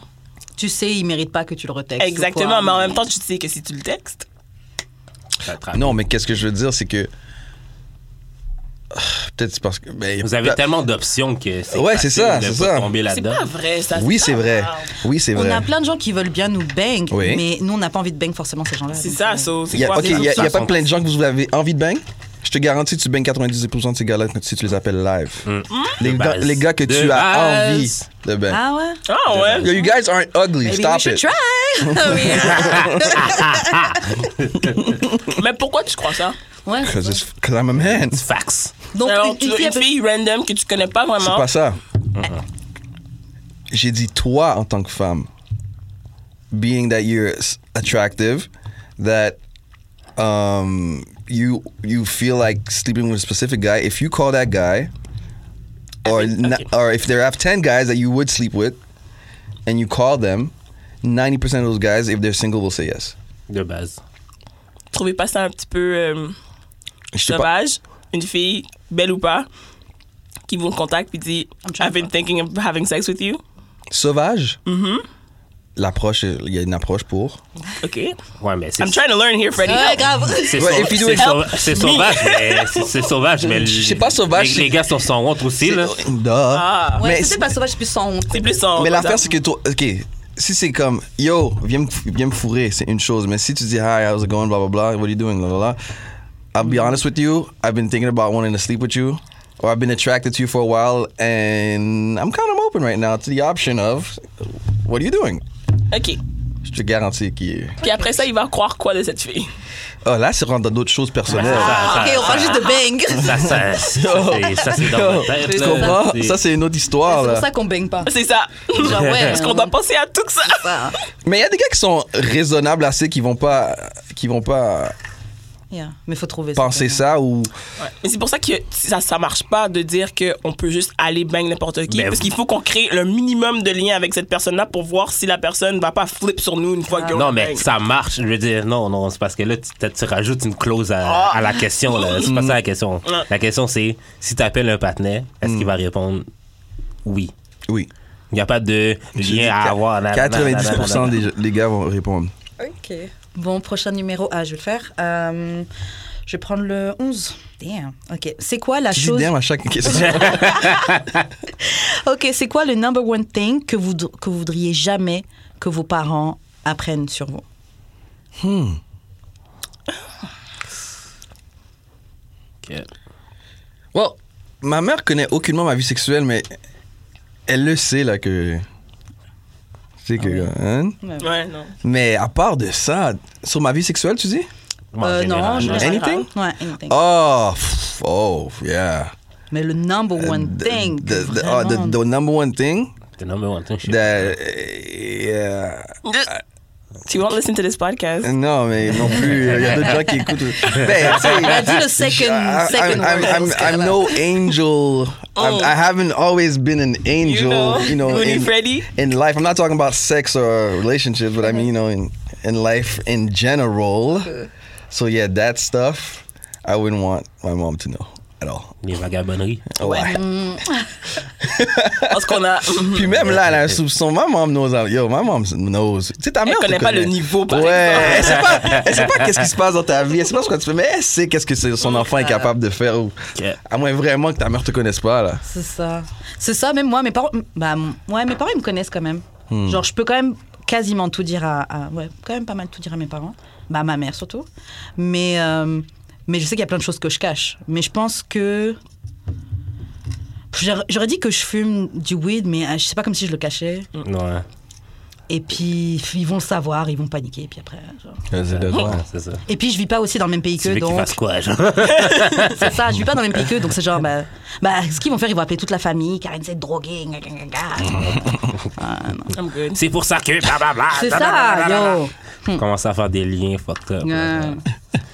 tu sais, il mérite pas que tu le retextes. ou Exactement, quoi. mais en même temps, tu sais que si tu le textes... Ah. Non, mais qu'est-ce que je veux dire, c'est que. Ah, Peut-être c'est parce que. ben, Vous avez peut- tellement d'options que c'est Ouais, c'est facile ça, de c'est pas ça. tomber C'est là-dedans. pas vrai, ça. Oui, c'est pas vrai. wild. Oui, c'est On vrai. a plein de gens qui veulent bien nous bang, Oui. mais nous, on n'a pas envie de bang forcément ces gens-là. C'est Donc, ça, euh, so, Il y c'est a, quoi? ok, il y a, c'est il y a ça. pas plein de gens que vous avez envie de bang. Je te garantis, tu baignes 98% de ces gars-là si tu les appelles live. Mm. Les, De gars, base. les gars que De tu as base. envie de bang. Ah ouais Ah ouais? Yo, you guys aren't ugly. Maybe we Stop should it. try. Ah Mais pourquoi tu crois ça? ouais. Cause, it's- 'cause I'm a man. C'est Fax. Donc, Alors, une- tu une veux fille une a- fille random que tu connais pas vraiment. pas ça. J'ai dit toi en tant que femme. Being that you're s- attractive, that um, you you feel like sleeping with a specific guy. If you call that guy, or think- na- okay. or if there are ten guys that you would sleep with, and you call them, ninety percent of those guys, if they're single, will say yes. De base. trouvez pas ça un petit peu euh, Je sais pas. sauvage, une fille, belle ou pas, qui vous contacte puis dit trying I've been thinking of having sex with you. Sauvage. Mm-hmm. L'approche, il y a une approche pour. OK. Ouais, mais c'est I'm trying to learn here, Freddy. Ouais, grave. c'est Ouais, sau- if you do c'est it- sau- c'est sauvage, mais c'est- c'est sauvage, mais le- C'est pas sauvage, Les, c'est- les gars sont sans honte aussi là. Duh. Ah, Ouais, Mais c'était c'est- pas sauvage, je suis plus sans honte. c'est plus son. Mais l'affaire, c'est que toi, ok, si c'est comme yo, viens me, fou- viens me fourrer, c'est une chose. Mais si tu dis hi, how's it going, blah blah blah, what are you doing, blah blah blah. I'll Mm. be honest with you, I've been thinking about wanting to sleep with you, or I've been attracted to you for a while, and I'm kind of open right now to the option of what are you doing. OK. Je te garantis qu'il est. Puis après ça, il va croire quoi de cette fille? Oh là, c'est rentre dans d'autres choses personnelles. Ah, ok, on parle juste de Oh bang. Ça, ça, ça, c'est- ça, c'est dans ma tête. Tu là. comprends? C'est- Ça, c'est une autre histoire. C'est là. pour ça qu'on bang pas. Ah. C'est ça. Genre, ouais, hein. Parce qu'on doit penser à tout ça. ça. Mais il y a des gars qui sont raisonnables assez, qui vont pas, qui vont pas Yeah. Mais faut trouver penser ça. ça ou. Mais c'est pour ça que ça, ça marche pas de dire qu'on peut juste aller bang n'importe qui. Mais- parce qu'il faut qu'on crée le minimum de liens avec cette personne-là pour voir si la personne va pas flip sur nous une fois Ah. que Non, mais ça marche. Je veux dire, non, non, c'est parce que là, tu, t'as- tu rajoutes une clause à, à la question. là. C'est pas ça la question. La question, c'est si tu appelles un partenaire, est-ce qu'il Hmm. va répondre oui? Oui. Il n'y a pas de Je dis lien à qu'à- avoir. nan, nan, nan, nan, 90% nan, nan. des, des gars vont répondre. Ok. Bon, prochain numéro. Ah, je vais le faire. Euh, je vais prendre le 11. Damn. Ok. C'est quoi la Tu dis chose. damn à chaque question. Ok, c'est quoi le number one thing que vous, que vous voudriez jamais que vos parents apprennent sur vous Ok. well, ma mère connaît aucunement ma vie sexuelle, mais elle le sait là que Tu sais Ah que. hein? Ouais, non. Mais à part de ça, sur ma vie sexuelle, tu dis Moi, en Euh, général, non, je là. général. Anything? Ouais, anything. Oh, pff, oh, yeah. Mais le number Euh, one The- thing. The, the- oh, vraiment, the- the number one thing. The number one thing, shit. the- yeah. Tu won't listen to this podcast. Non, mais non plus. Il y a d'autres gens qui écoutent. Ben, tu sais, a dit le second- I'm- second I'm, word I'm, dans I'm, ce I'm cas-là. no angel. I'm, I haven't always been an angel, You you know, know, Mooney in, Freddy. in life. I'm not talking about sex or relationships, but I mean, you know, in, in life in general. So, yeah, that stuff, I wouldn't want my mom to know at all. Oh, Les vagabonneries. Ouais. Parce qu'on a. Puis même là, elle a un soupçon. My mom knows. I'm- Yo, my mom knows. Tu sais, ta mère. te connaît pas le niveau, par ouais. exemple. Elle sait pas, elle sait pas qu'est-ce qui se passe dans ta vie. Elle sait pas ce que tu fais, mais elle sait qu'est-ce que c'est- son enfant est capable de faire. ou- Ok. À moins vraiment que ta mère te connaisse pas, là. C'est ça. C'est ça, même moi, mes parents. Bah, m- ouais, mes parents, ils me connaissent quand même. Genre, je peux quand même quasiment tout dire à, à- Ouais, quand même pas mal tout dire à mes parents. Bah, à ma mère surtout. Mais, euh, mais je sais qu'il y a plein de choses que je cache. Mais je pense que. J'aurais j'aurais dit que je fume du weed, mais euh, je sais pas comme si je le cachais. Ouais. Et puis, ils vont le savoir, ils vont paniquer. Et puis après. genre. Ouais, c'est ça. Et puis, je vis pas aussi dans le même pays Tu que veux qu'il Oh. donc. fasse quoi, genre? C'est ça, je vis pas dans le même pays qu'eux, donc c'est genre, bah, bah, ce qu'ils vont faire, ils vont appeler toute la famille, Karine s'est droguée, gna, gna, gna, gna. I'm good. C'est pour ça que blablabla. C'est ça, blablabla. yo. Commencer à faire des liens fucked up. Euh,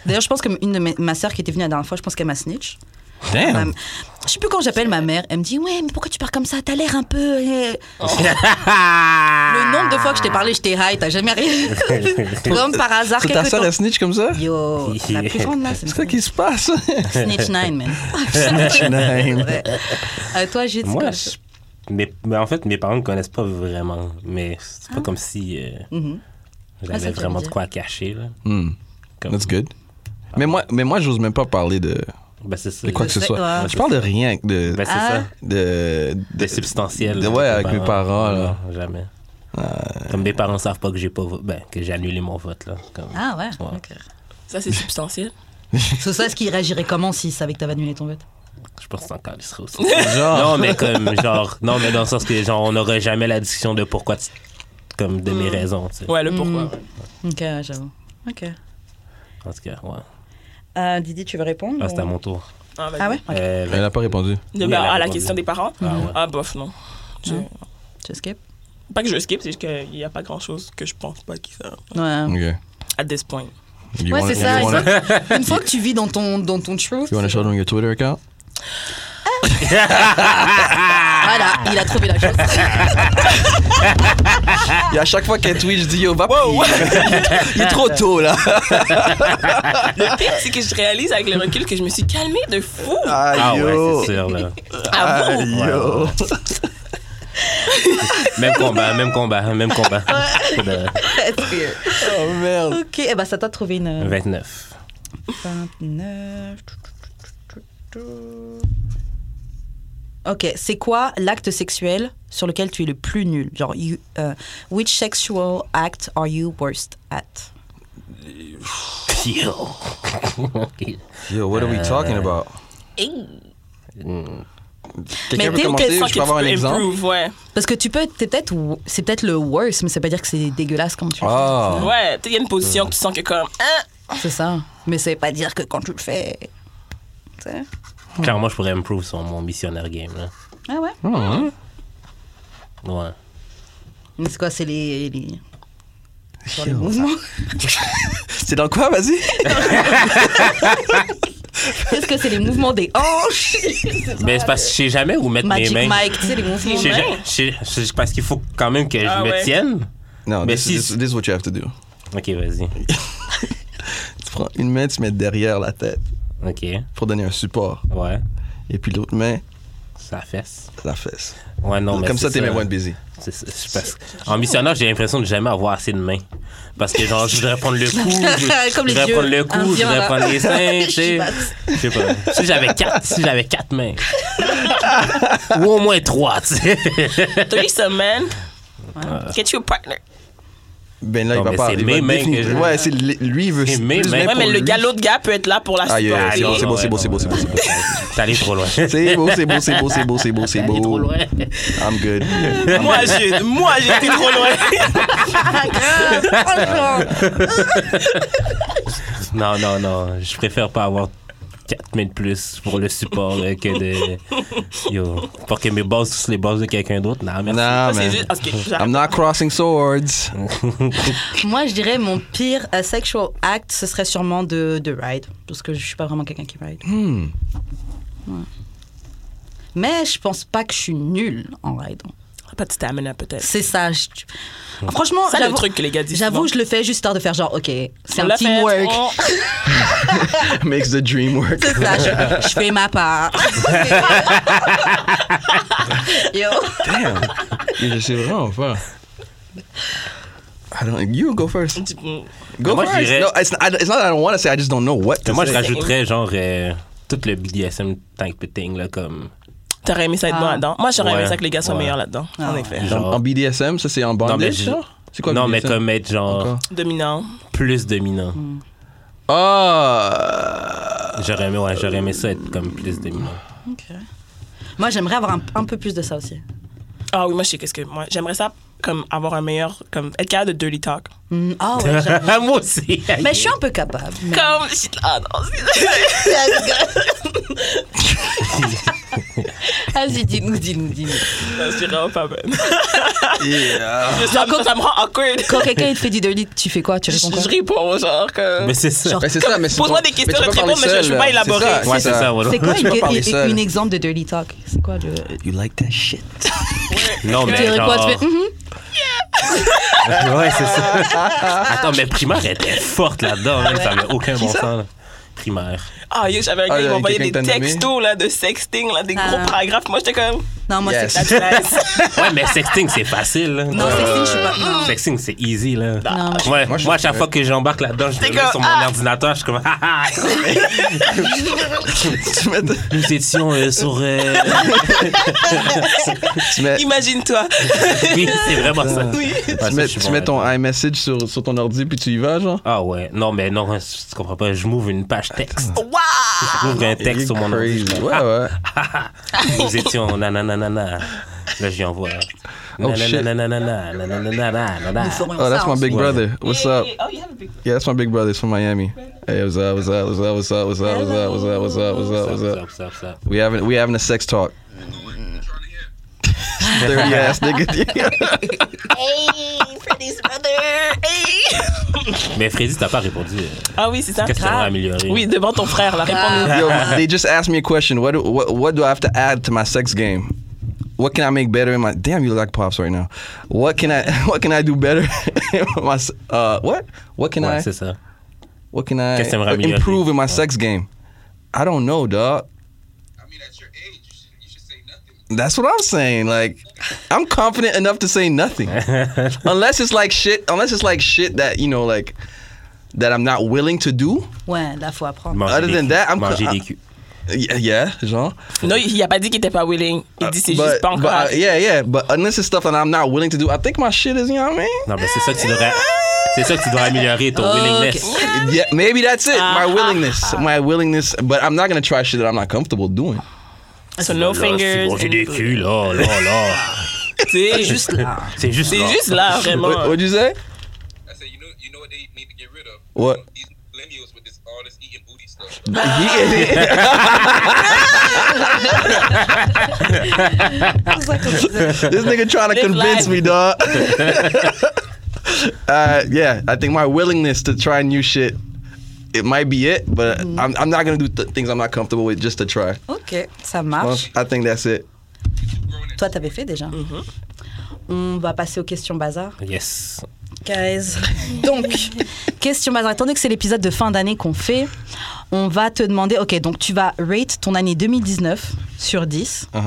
D'ailleurs, je pense que une de mes, ma sœur qui était venue la dernière fois, je pense qu'elle m'a snitch. Ma- Damn. je sais plus quand j'appelle ma mère, elle me dit ouais mais pourquoi tu parles comme ça T'as l'air un peu. euh, Le nombre de fois que je t'ai parlé, je t'ai high, t'as jamais rien. comme par hasard. C'est ta quelque soeur, temps- elle snitch comme ça? Yo, la plus grande là, c'est C'est ça qui se passe? Snitch nine man. Snitch nine. Ouais. Euh, toi, j'ai dit Moi, quoi je- mais, mais en fait, mes parents ne connaissent pas vraiment. Mais c'est pas comme si euh, Ah, ça, j'avais c'est vraiment de bien. quoi cacher. Là. Hmm, Comme- That's good. Mais moi, mais moi j'ose même pas parler de, Ben, c'est ça. de quoi que ce sexe, soit. ouais. Je parle de rien. De, Ben, c'est Ah. ça. de, Des substantiels. de- là, ouais, avec mes parents, là. Non, jamais. Comme mes parents savent pas que j'ai pas vo- ben, que j'ai annulé mon vote là. Comme... Ah ouais. Ouais. ok. Ça, c'est substantiel. C'est ça, est-ce qu'il réagirait comment s'il savait que t'avais annulé ton vote Je pense que c'est encore serait aussi. Genre. non mais comme genre non mais dans le sens que genre on n'aurait jamais la discussion de pourquoi tu- comme de mes Mm. raisons. Tu sais. Ouais, le pourquoi. ouais. Ok, j'avoue. Ok. En tout cas, ouais. Euh, Didi, tu veux répondre Ah, c'est à ou- mon tour. Ah, vas-y. Ah ouais Euh, Elle n'a pas répondu. Oui, De- elle a à la répondu. question des parents Ah ouais. Ah, bof, non. Je- Tu skip Pas que je skip, c'est juste qu'il n'y a pas grand chose que je pense pas qu'ils savent. Ouais. Ok. At this point. You Ouais, wanna- c'est ça. You Une wanna, fois, une fois que tu vis dans ton, dans ton truth, you wanna show them your Twitter account? voilà, ah il a trouvé la chose. Et à chaque fois qu'elle tweet, je dis yo, va il, est trop tôt là. Le pire, c'est que je réalise avec le recul que je me suis calmée de fou. Ah ouais, c'est sûr là. Avant. Ah, yo. Même combat, même combat, même combat. Pour de Oh merde. ok, eh ben, ça t'a trouvé une. 29. 29. Ok, c'est quoi l'acte sexuel sur lequel tu es le plus nul Genre, you- euh, which sexual act are you worst at Yo. Yo, what are we talking about? Mais Quelqu'un peut t'es- commencer? t'es- Je Sans que peux tu avoir un peux exemple? improve, ouais. Parce que tu peux, t'es peut-être, wo- c'est peut-être le worst, mais ça veut pas dire que c'est dégueulasse comme tu le Ah. Ouais, il y a une position que tu sens que comme. Hein? fais. C'est ça. Mais ça veut pas dire que quand tu le fais. tu sais. Clairement, je pourrais improve sur mon missionnaire game. Là. Ah ouais Ouais. Mais c'est quoi, c'est les. les... Sur les mouvements. C'est dans quoi, vas-y? Qu'est-ce que c'est les mouvements des hanches Mais c'est parce que je sais jamais où mettre Magic Eh, mes mains. Mike, tu sais, les Je mouvements. sais ja- je sais- je sais- parce qu'il faut quand même que je Ah me ouais. tienne. Non, Mais this, si- this, this is what you have to do. Ok, vas-y. Tu prends une main, tu mets derrière la tête Ok. pour donner un support. Ouais. Et puis l'autre main, Ça fesse. la fesse. Ouais, non, mais Comme c'est ça, t'es mes one busy. C'est ça, c'est parce que- En missionnaire, j'ai l'impression de jamais avoir assez de mains. Parce que genre, je voudrais prendre le cou, je, Comme les je voudrais dieux prendre le cou, je indiens, voudrais là. prendre les seins, tu sais. Shivax. Je sais pas. Si j'avais quatre, si j'avais quatre mains. Ou au moins trois, tu sais. Threesome, man. Get you a partner. Ben là, Non, il va mais pas c'est il va mes mains définir- que je- Ouais, c'est li- lui, il veut. C'est mes plus mains. même Ouais, pour mais le lui. gars, l'autre gars peut être là pour la Ah, yeah, yeah, supporter. c'est bon, c'est bon, c'est bon, c'est bon, c'est bon, c'est bon. T'es allé trop loin. C'est beau, c'est beau, c'est beau, c'est beau, c'est beau, c'est T'es allé beau. trop loin. I'm good. Moi, j'ai, moi, j'ai été trop loin. Ah, Non, non, non. Je préfère pas avoir 4 000 de plus pour le support là, que de. Yo. Pour que mes bases soient les bases de quelqu'un d'autre. Non, merci. Nah, C'est man. juste- ok, j'arrête. I'm not crossing swords. Moi, je dirais mon pire euh, sexual act, ce serait sûrement de, de ride, parce que je suis pas vraiment quelqu'un qui ride. Hmm. Ouais. Mais je pense pas que je suis nulle en ridant. Pas de stamina, peut-être. C'est ça. je- Hmm. Franchement, Ça, le j'avoue- truc que les gars disent. j'avoue, souvent. je le fais juste histoire de faire genre, ok, c'est On un l'a fait, teamwork. on- Makes the dream work. C'est ça, je, je fais ma part. Yo. Damn. Je sais vraiment pas. I don't, you go first. Mm. Go Moi, je first. dirais- No, it's not, I, it's not that I don't want to say, I just don't know what to Mais moi, je say. rajouterais genre euh, tout le BDSM type of thing, là, comme. T'aurais aimé ça être Ah. bon là-dedans. Moi, j'aurais aimé Ouais. ça que les gars soient Ouais. meilleurs là-dedans. En effet. Genre, En BDSM, ça c'est en non, mais, bondage, je- ça? C'est quoi non, mais BDSM? comme être genre Encore. Dominant. plus dominant. Ah! J'aurais aimé, ouais, j'aurais aimé ça être comme plus dominant. Moi, j'aimerais avoir un, un peu plus de ça aussi. Ah oui, moi, je sais qu'est-ce que. Moi, j'aimerais ça, comme, avoir un meilleur. Comme, être capable de dirty talk. Mm, ah ouais, j'avoue. Moi aussi. Mais je suis un peu capable. mais- Comme. je- Ah non, c'est- Vas-y, dis-nous, dis-nous, dis-nous. Non, c'est vraiment pas bonne. Yeah. Ça, me- ça me rend awkward. Quand quelqu'un il te fait du dirty, tu fais quoi Tu Je, réponds quoi je réponds, genre, comme. Mais c'est ça. Genre, Ben, c'est ça, mais c'est Pose-moi ton- des mais tu questions, je te peux parler réponds, mais je- je seul, peux pas là. élaborer. C'est ça, Ouais, c'est ça, voilà. C'est quoi Tu peux parler une, seul. une exemple de dirty talk C'est quoi le. You like that shit. Non, Tu mais. dirais quoi Tu fais, genre- mhm. ouais, c'est ça. Attends, mais primaire elle était forte là-dedans, même, ça avait aucun bon sens. là. Primaire. Ah, yo, j'avais un gars Ah, qui là, m'envoyait des quelqu'un que t'as nommé? textos, là, de sexting, là, des gros Ah. paragraphes. Moi, j'étais comme. Non, moi, Yes. c'est ça. Nice. Ouais, mais sexting, c'est facile. là. Euh, Non, c'est je suis pas. Non. Sexting, c'est easy, là. Non, moi, Moi, Ouais, moi, je- à chaque fois que j'embarque là-dedans, je me T'es mets comme, sur mon ah! ordinateur, je suis comme, ah, ah, tu mets, nous étions euh, sur. euh, tu mets, Imagine-toi. Oui, c'est vraiment ça. Oui. C'est pas tu ça, mets, je suis tu bon mets là-dedans. ton iMessage sur, sur ton ordi puis tu y vas, genre? Ah ouais, non, mais non, tu comprends pas, je m'ouvre une page texte. Waouh! J'ouvre un texte sur mon ordi. Crazy. je fais, Ouais, ah, ouais. Nous étions nananana. Là, j'y envoie. Oh, shit. Nananana, nananana, nanana. Nous ferons Oh, that's ça my big Ouais. brother. What's up? Oh, you have a big- Yeah, that's my big brother. He's from Miami. Hey, what's up? What's up? What's up? What's up? What's up? What's up? What's up? What's up? What's up? What's up? Stop, stop, stop. We having we having a sex talk. Dirty ass nigga. Mais Freddy, t'as pas répondu. euh, Ah oui, c'est ça. Qu'est-ce que t'aimerais améliorer? Oui, devant ton frère, Ah. la réponse. Yo, they just asked me a question. What do, what what do I have to add to my sex game? What can I make better in my? Damn, you look like pops right now. What can I what can I do better? in my s- uh, what what can Ouais, I c'est ça. what can I Qu'est-ce que t'aimerais améliorer? improve in my sex game? I don't know, dog. I mean, at your age, you should, you should say nothing. That's what I'm saying. Like, I'm confident enough to say nothing, unless it's like shit. Unless it's like shit that you know, like that I'm not willing to do. Ouais, là, faut apprendre. Manger Other des than culs. that, I'm- Manger I- des culs. Yeah, yeah genre. Non, il a pas dit qu'il était pas willing. Il dit c'est But- juste pas but, encore. uh, yeah, yeah. But unless it's stuff that I'm not willing to do, I think my shit is. You know what I Non, mais c'est ça que tu devrais. C'est ça que tu dois améliorer ton Ok. willingness. mean? Yeah, maybe that's it. My willingness, my willingness. But I'm not gonna try shit that I'm not comfortable doing. So no Ah, fingers. Ah, Manger des culs, là, là, là. C'est juste là. C'est juste C'est là. juste là, What, vraiment. what'd you say? I said, you know, you know what they need to get rid of? What? These millennials with this all this eating booty stuff. This nigga trying to Live convince life. me, dog. uh, yeah, I think my willingness to try new shit, it might be it, but Mm-hmm. I'm, I'm not gonna do th- things I'm not comfortable with just to try. Ok, ça Well, marche. I think that's it. Toi, t'avais fait déjà. On va passer aux questions bazar. Yes. Guys. Donc, question bazar. Étant donné que c'est l'épisode de fin d'année qu'on fait, on va te demander, ok, donc tu vas rate ton année 2019 sur 10 Uh huh.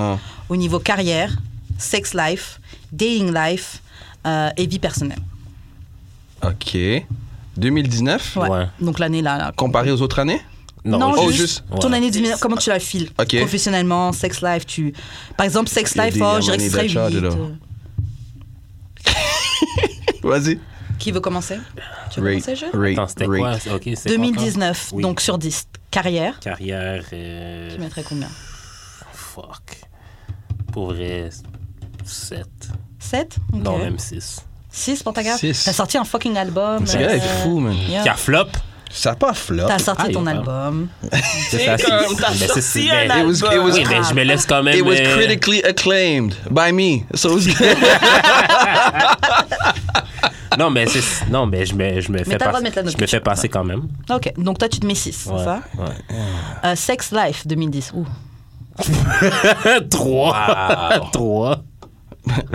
au niveau carrière, sex life, dating life euh, et vie personnelle. Ok. 2019, Ouais. Ouais. Donc l'année là, là. comparé aux autres années? Non, Oh, juste, juste- ton Ouais. année 2019, comment tu la files Ok. Professionnellement, sex life, tu... Par exemple, sex Il y a life, des oh, je dirais que ce Yamanis serait d'achat, 8. là. euh, Vas-y. Qui veut commencer Tu veux Rate, commencer, je rate, Attends, c'était rate. quoi? ça? Ok, c'est 2019, encore? Oui. donc sur 10. Carrière, Carrière. euh, tu mettrais combien Fuck. Pour vrai, 7. 7 Non, même 6. 6 pour ta gueule Six. T'as sorti un fucking album. Ce gars est euh, fou, man. yeah. Car flop. Ça a pas flop. T'as sorti Ah, ton il est album. C'est ça, c'est- comme, t'as mais c'est- sorti c'est- un mais- It was- it album. was- Oui, mais je me laisse quand même. It was euh, critically acclaimed by me. So it was Non, mais, c'est- non, mais je me, je me t'as fais le droit passer. de mettre la note Je que me tu fais veux. passer quand même. Ok, donc toi, tu te mets 6, c'est ça Euh, Sex Life 2010. Ouh. 3. 3.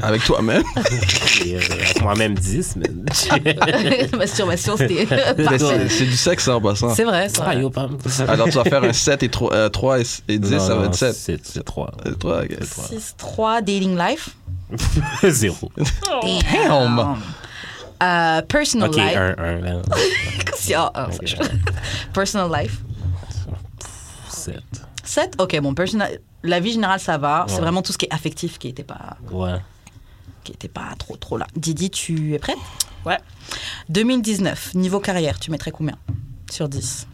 avec toi-même. euh, Moi-même 10, mais. Masturbation, c'était. Mais Pardon. c'est c'est du sexe ça, en passant. c'est vrai, c'est Ah, vrai. yo, pam. Alors tu vas faire un 7 et 3, euh, 3 et, et 10, Non, ça va non, être 7. C'est c'est 3. 3, 6, 3, Dating Life. Euh. 0. Damn! Euh, personal Ok, Life. 1, 1, là. Si, ah, ah, ça, je- Personal Life. 7. 7 Ok, bon, personal... la vie générale, ça va. C'est Ouais. vraiment tout ce qui est affectif qui était pas, Ouais. qui était pas trop, trop là. Didi, tu es prête Ouais. 2019, niveau carrière, tu mettrais combien sur 10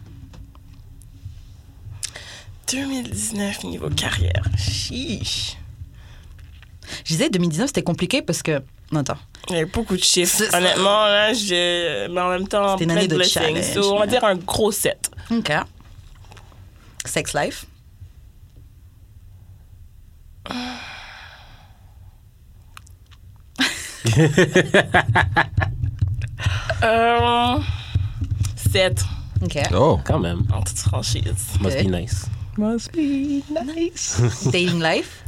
2019, niveau carrière. Chiche. Je disais 2019, c'était compliqué parce que. Non, attends. Il y a eu beaucoup de C'est chiffres. ça. Honnêtement, là, je. Mais en même temps, C'était une plein année de de blessings. challenge, So, on va là. dire un gros 7. Ok. Sex Life. Euh, 7. Ok. Oh! Quand même. En toute franchise. Must be nice. Must be nice. Dating Life.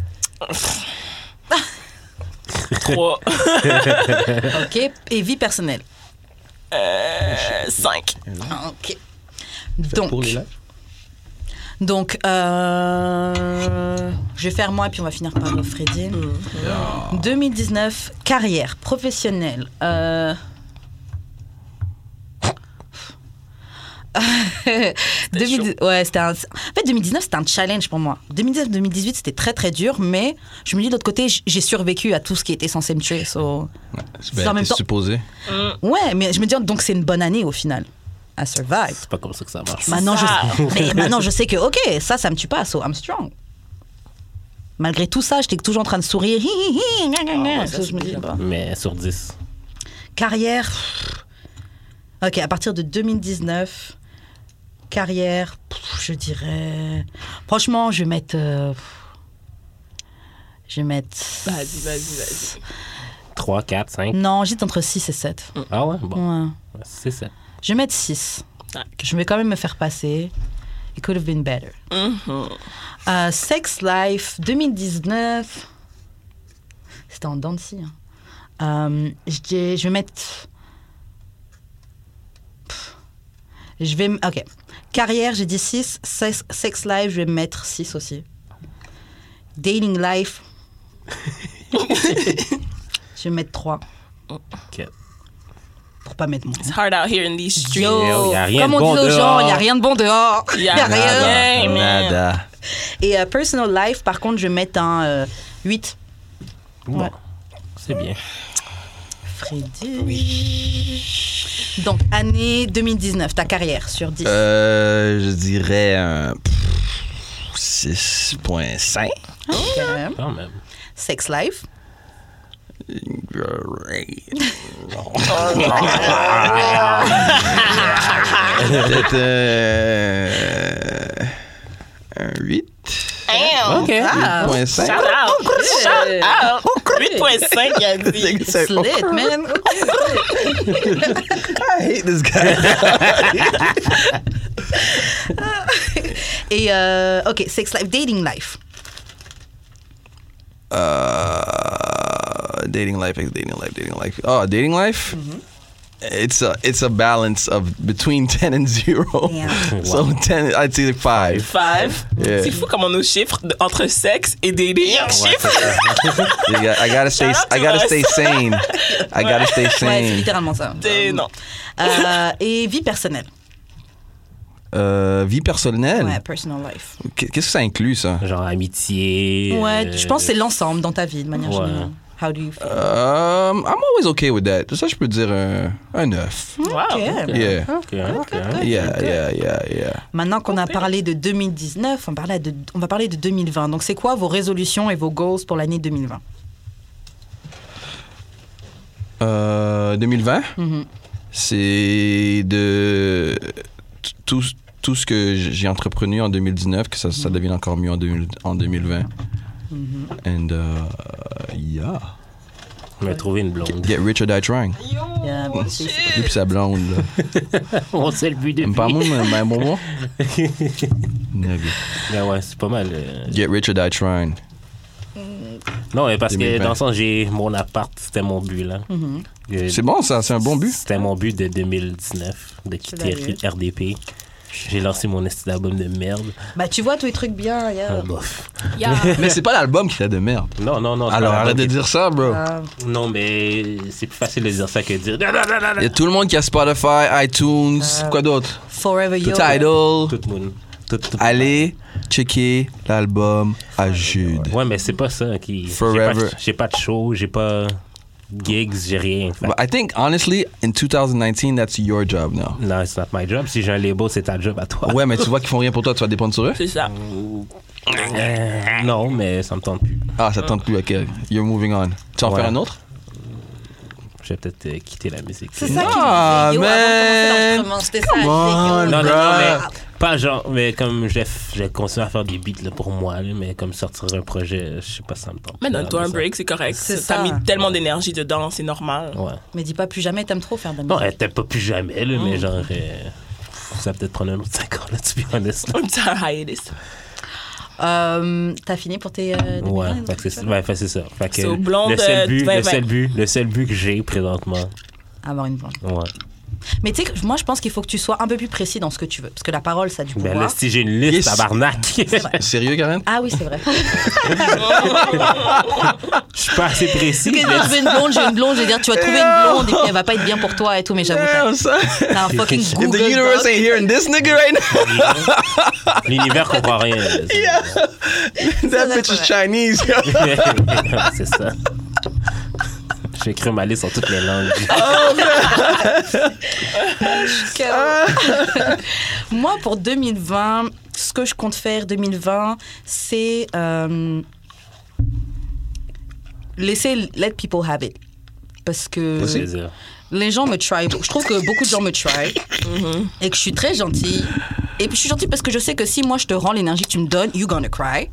3. Ok. Et vie personnelle. euh, 5. Ah, Ok. Donc. Donc, euh, je vais faire moi, puis on va finir par euh, Freddy. 2019, carrière professionnelle. Euh... ouais, c'était un- En fait, 2019, c'était un challenge pour moi. 2019-2018, c'était très très dur, mais je me dis de l'autre côté, j- j'ai survécu à tout ce qui était censé me tuer. so- en Ben, même t'es temps- supposé. Ouais, mais je me dis, donc c'est une bonne année au final. I survived. C'est pas comme ça que ça marche. Maintenant je, ça. mais maintenant, je sais que, OK, ça, ça me tue pas, so I'm strong. Malgré tout ça, j'étais toujours en train de sourire. Hi, hi, hi, Ah, gna, gna, gna. So, je me dis, bah, Mais sur 10. Carrière. pff. OK, à partir de 2019, carrière, pff, je dirais... Franchement, je vais mettre... euh, pff, Je vais mettre... Vas-y, vas-y, vas-y. 3, 4, 5. Non, j'étais entre 6 et 7. Ah ouais, bon. Ouais. C'est ça. Je vais mettre 6. Ouais. Je vais quand même me faire passer. It could have been better. Euh, Sex Life 2019. C'était en dents de scie, hein. Euh, je, dis- je vais mettre. Pff. Je vais. m- Ok. Carrière, j'ai dit 6. Sex, sex Life, je vais mettre 6 aussi. Dating Life. je vais mettre 3 Ok. pour pas mettre moins. It's hard out here in these streets. Yo, y a rien comme de on bon dit aux gens, dehors. il n'y a rien de bon dehors. Il Y a a rien. nada. Hey, man. Nada. Et euh, Personal Life, par contre, je vais mettre un euh, 8. Bon. Ouais. C'est bien. Freddy. Donc, année 2019, ta carrière sur 10. Euh, je dirais un. pff, 6.5. Ok. Quand même. Sex Life. Peut-être euh, un 8. Damn. Ok. Ah, 8.5. Shout out. Shout out. 8.5, il a dit. Nigga said, slit, man. I hate this guy. Et, euh, ok, Sex Life, Dating Life. Uh, dating life, dating life, dating life. Oh, dating life. It's a it's a balance of between ten and zero. Damn. So ten, I'd say five. 5. Yeah. C'est fou comment nos chiffres de- entre sexe et dating. chiffres. You got- I gotta stay. Shout out I to gotta us. stay sane. I gotta stay Ouais, c'est sane. littéralement ça. C'est- non. Euh, et vie personnelle. Euh, vie personnelle. Ouais, Personal Life. Qu'est- Qu'est-ce que ça inclut ça? Genre amitié. Ouais, euh, je pense que c'est l'ensemble dans ta vie, de manière ouais. générale. How do you feel? Um, I'm always okay with that. Ça, je peux dire un, un 9. Wow. Ok. Yeah. Ah, Ok, ok. Yeah, yeah, yeah, yeah. Maintenant qu'on a parlé de 2019, on, parlait de, on va parler de 2020. Donc, c'est quoi vos résolutions et vos goals pour l'année 2020 Euh, 2020, Mhm. c'est de tout, tout ce que j'ai entreprendu en 2019, que ça, Mhm. ça devienne encore mieux en, 2000 en 2020. And uh, yeah. On a trouvé une blonde. Get rich or die trying. Oh, Yeah, bon, c'est- c'est- Lui pis sa blonde, là. On sait le but de T'aimes pas moi, mais mais bon, moi? Nigga. Ben ouais, c'est pas mal. euh. Get rich or die trying. Non, mais parce 2020. que dans le sens, j'ai mon appart, c'était mon but, là. Euh, C'est bon, ça, c'est un bon but. C'était mon but de 2019, de quitter Sérieux? R- RDP. J'ai lancé mon esti d'album de merde. Bah, tu vois tous les trucs bien. yeah. Ah, bof. Mais c'est pas l'album qui t'a de merde. Non, non, non. c'est Alors pas arrête de l'album dire ça, bro. Ah, qui- Non, mais c'est plus facile de dire ça que de dire. Non, non, non, non, Il y a non. tout le monde qui a Spotify, iTunes, quoi d'autre? forever Tout young. Tidal. Ah. Tout le monde. Tout, tout- Allez checker l'album à Jude. Ouais, mais c'est pas ça qui. j'ai Forever. pas de- J'ai pas, de show, j'ai pas gigs, j'ai rien. Fait que- But I think, honestly, in 2019, that's your job now. Non, it's not my job. Si j'ai un label, c'est ta job à toi. Ouais, mais tu vois qu'ils font rien pour toi, tu vas dépendre sur eux? C'est ça. Euh, non, mais ça me tente plus. Ah, ça te tente plus, ok. You're moving on. Tu vas en Ouais. faire un autre? Je vais peut-être euh, quitter la musique. C'est ça qui Ah, disait, yo, avant de commencer man. l'enregistrement, c'était ça. Ah, il disait, on, yo, Non, non, Bruh. non, mais pas genre, mais comme je, je continue à faire des beats là, pour moi, là, mais comme sortir un projet, je sais pas, ça me tente. Mais pas, donne-toi mais un ça- break, c'est correct. C'est T'as ça. mis tellement d'énergie dedans, c'est normal. Ouais. Mais dis pas plus jamais, t'aimes trop faire de la Non, musique. elle t'aime pas plus jamais, là, mais genre, euh, ça va peut-être prendre un autre 5 ans, là, tu be honest. Là. Un petit hiatus. Euh, T'as fini pour tes. euh, Ouais, 2020, fait que c'est ouais, fait que c'est ça. Fait que So, blonde, le, seul euh, but, le, 2020. seul but, le seul but que j'ai présentement, Avoir une blonde. ouais. Ben, Mais tu sais, que moi, je pense qu'il faut que tu sois un peu plus précis dans ce que tu veux. Parce que la parole, ça a du pouvoir. Ben là, si j'ai une liste, Yes. tabarnak, Sérieux, Karen? Ah oui, c'est vrai. je suis pas assez précis. Ok, non, je veux une blonde, je veux une blonde, je veux dire, tu vas trouver une blonde et puis elle va pas être bien pour toi et tout, mais j'avoue, t'as- son. t'as un fucking If the Google Doc. ain't hearing this nigga right now, mais L'univers comprend rien. là, c'est- that bitch is Chinese. c'est ça. J'ai écrit ma liste en toutes les langues. Ah! Moi, pour 2020, ce que je compte faire 2020, c'est euh, laisser let people have it. Parce que Je veux dire. les gens me try. Je trouve que beaucoup de gens me try et que je suis très gentille. Et puis je suis gentille parce que je sais que si moi je te rends l'énergie que tu me donnes, you gonna cry.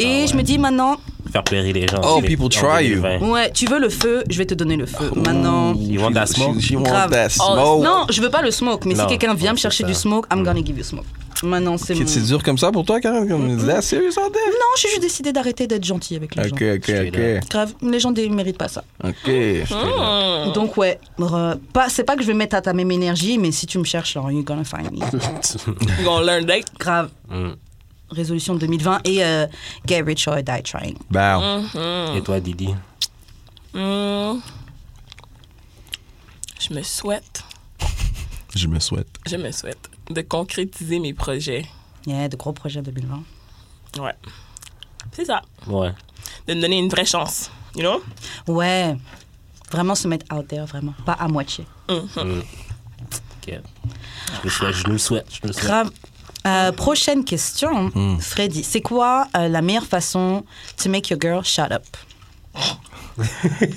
Et je me dis maintenant, Faire pleurer les gens. Oh, c'est- people en try you. Oh, 2020. ouais, tu veux le feu, je vais te donner le feu. Maintenant, You want that smoke? She, she Grave. wants that Oh, smoke. Non, je veux pas le smoke, mais Non, si quelqu'un vient ouais, me chercher c'est du ça. smoke, I'm gonna give you smoke. Maintenant, c'est mon... Kid, C'est dur comme ça pour toi, Karen? Comme, is that serious out there? Non, j'ai juste décidé d'arrêter d'être gentil avec les Ok, gens. ok, ok. Grave, les gens ne méritent pas ça. Ok. Donc, ouais, re- pas, c'est pas que je vais mettre à ta même énergie, mais si tu me cherches, genre, you're gonna find me. You're gonna learn that. Grave. Résolution 2020 et euh, get rich or die trying. Bow. Et toi, Didi? Hmm. Je me souhaite, Je me souhaite. je me souhaite de concrétiser mes projets. Yeah, de gros projets 2020. Ouais. C'est ça. Ouais. De me donner une vraie chance. You know? Ouais, vraiment se mettre out there, vraiment, pas à moitié. Ok. Je le souhaite, je nous le souhaite, je nous le souhaite. Grave. Euh, prochaine question, Mm. Freddy. C'est quoi euh, la meilleure façon to make your girl shut up?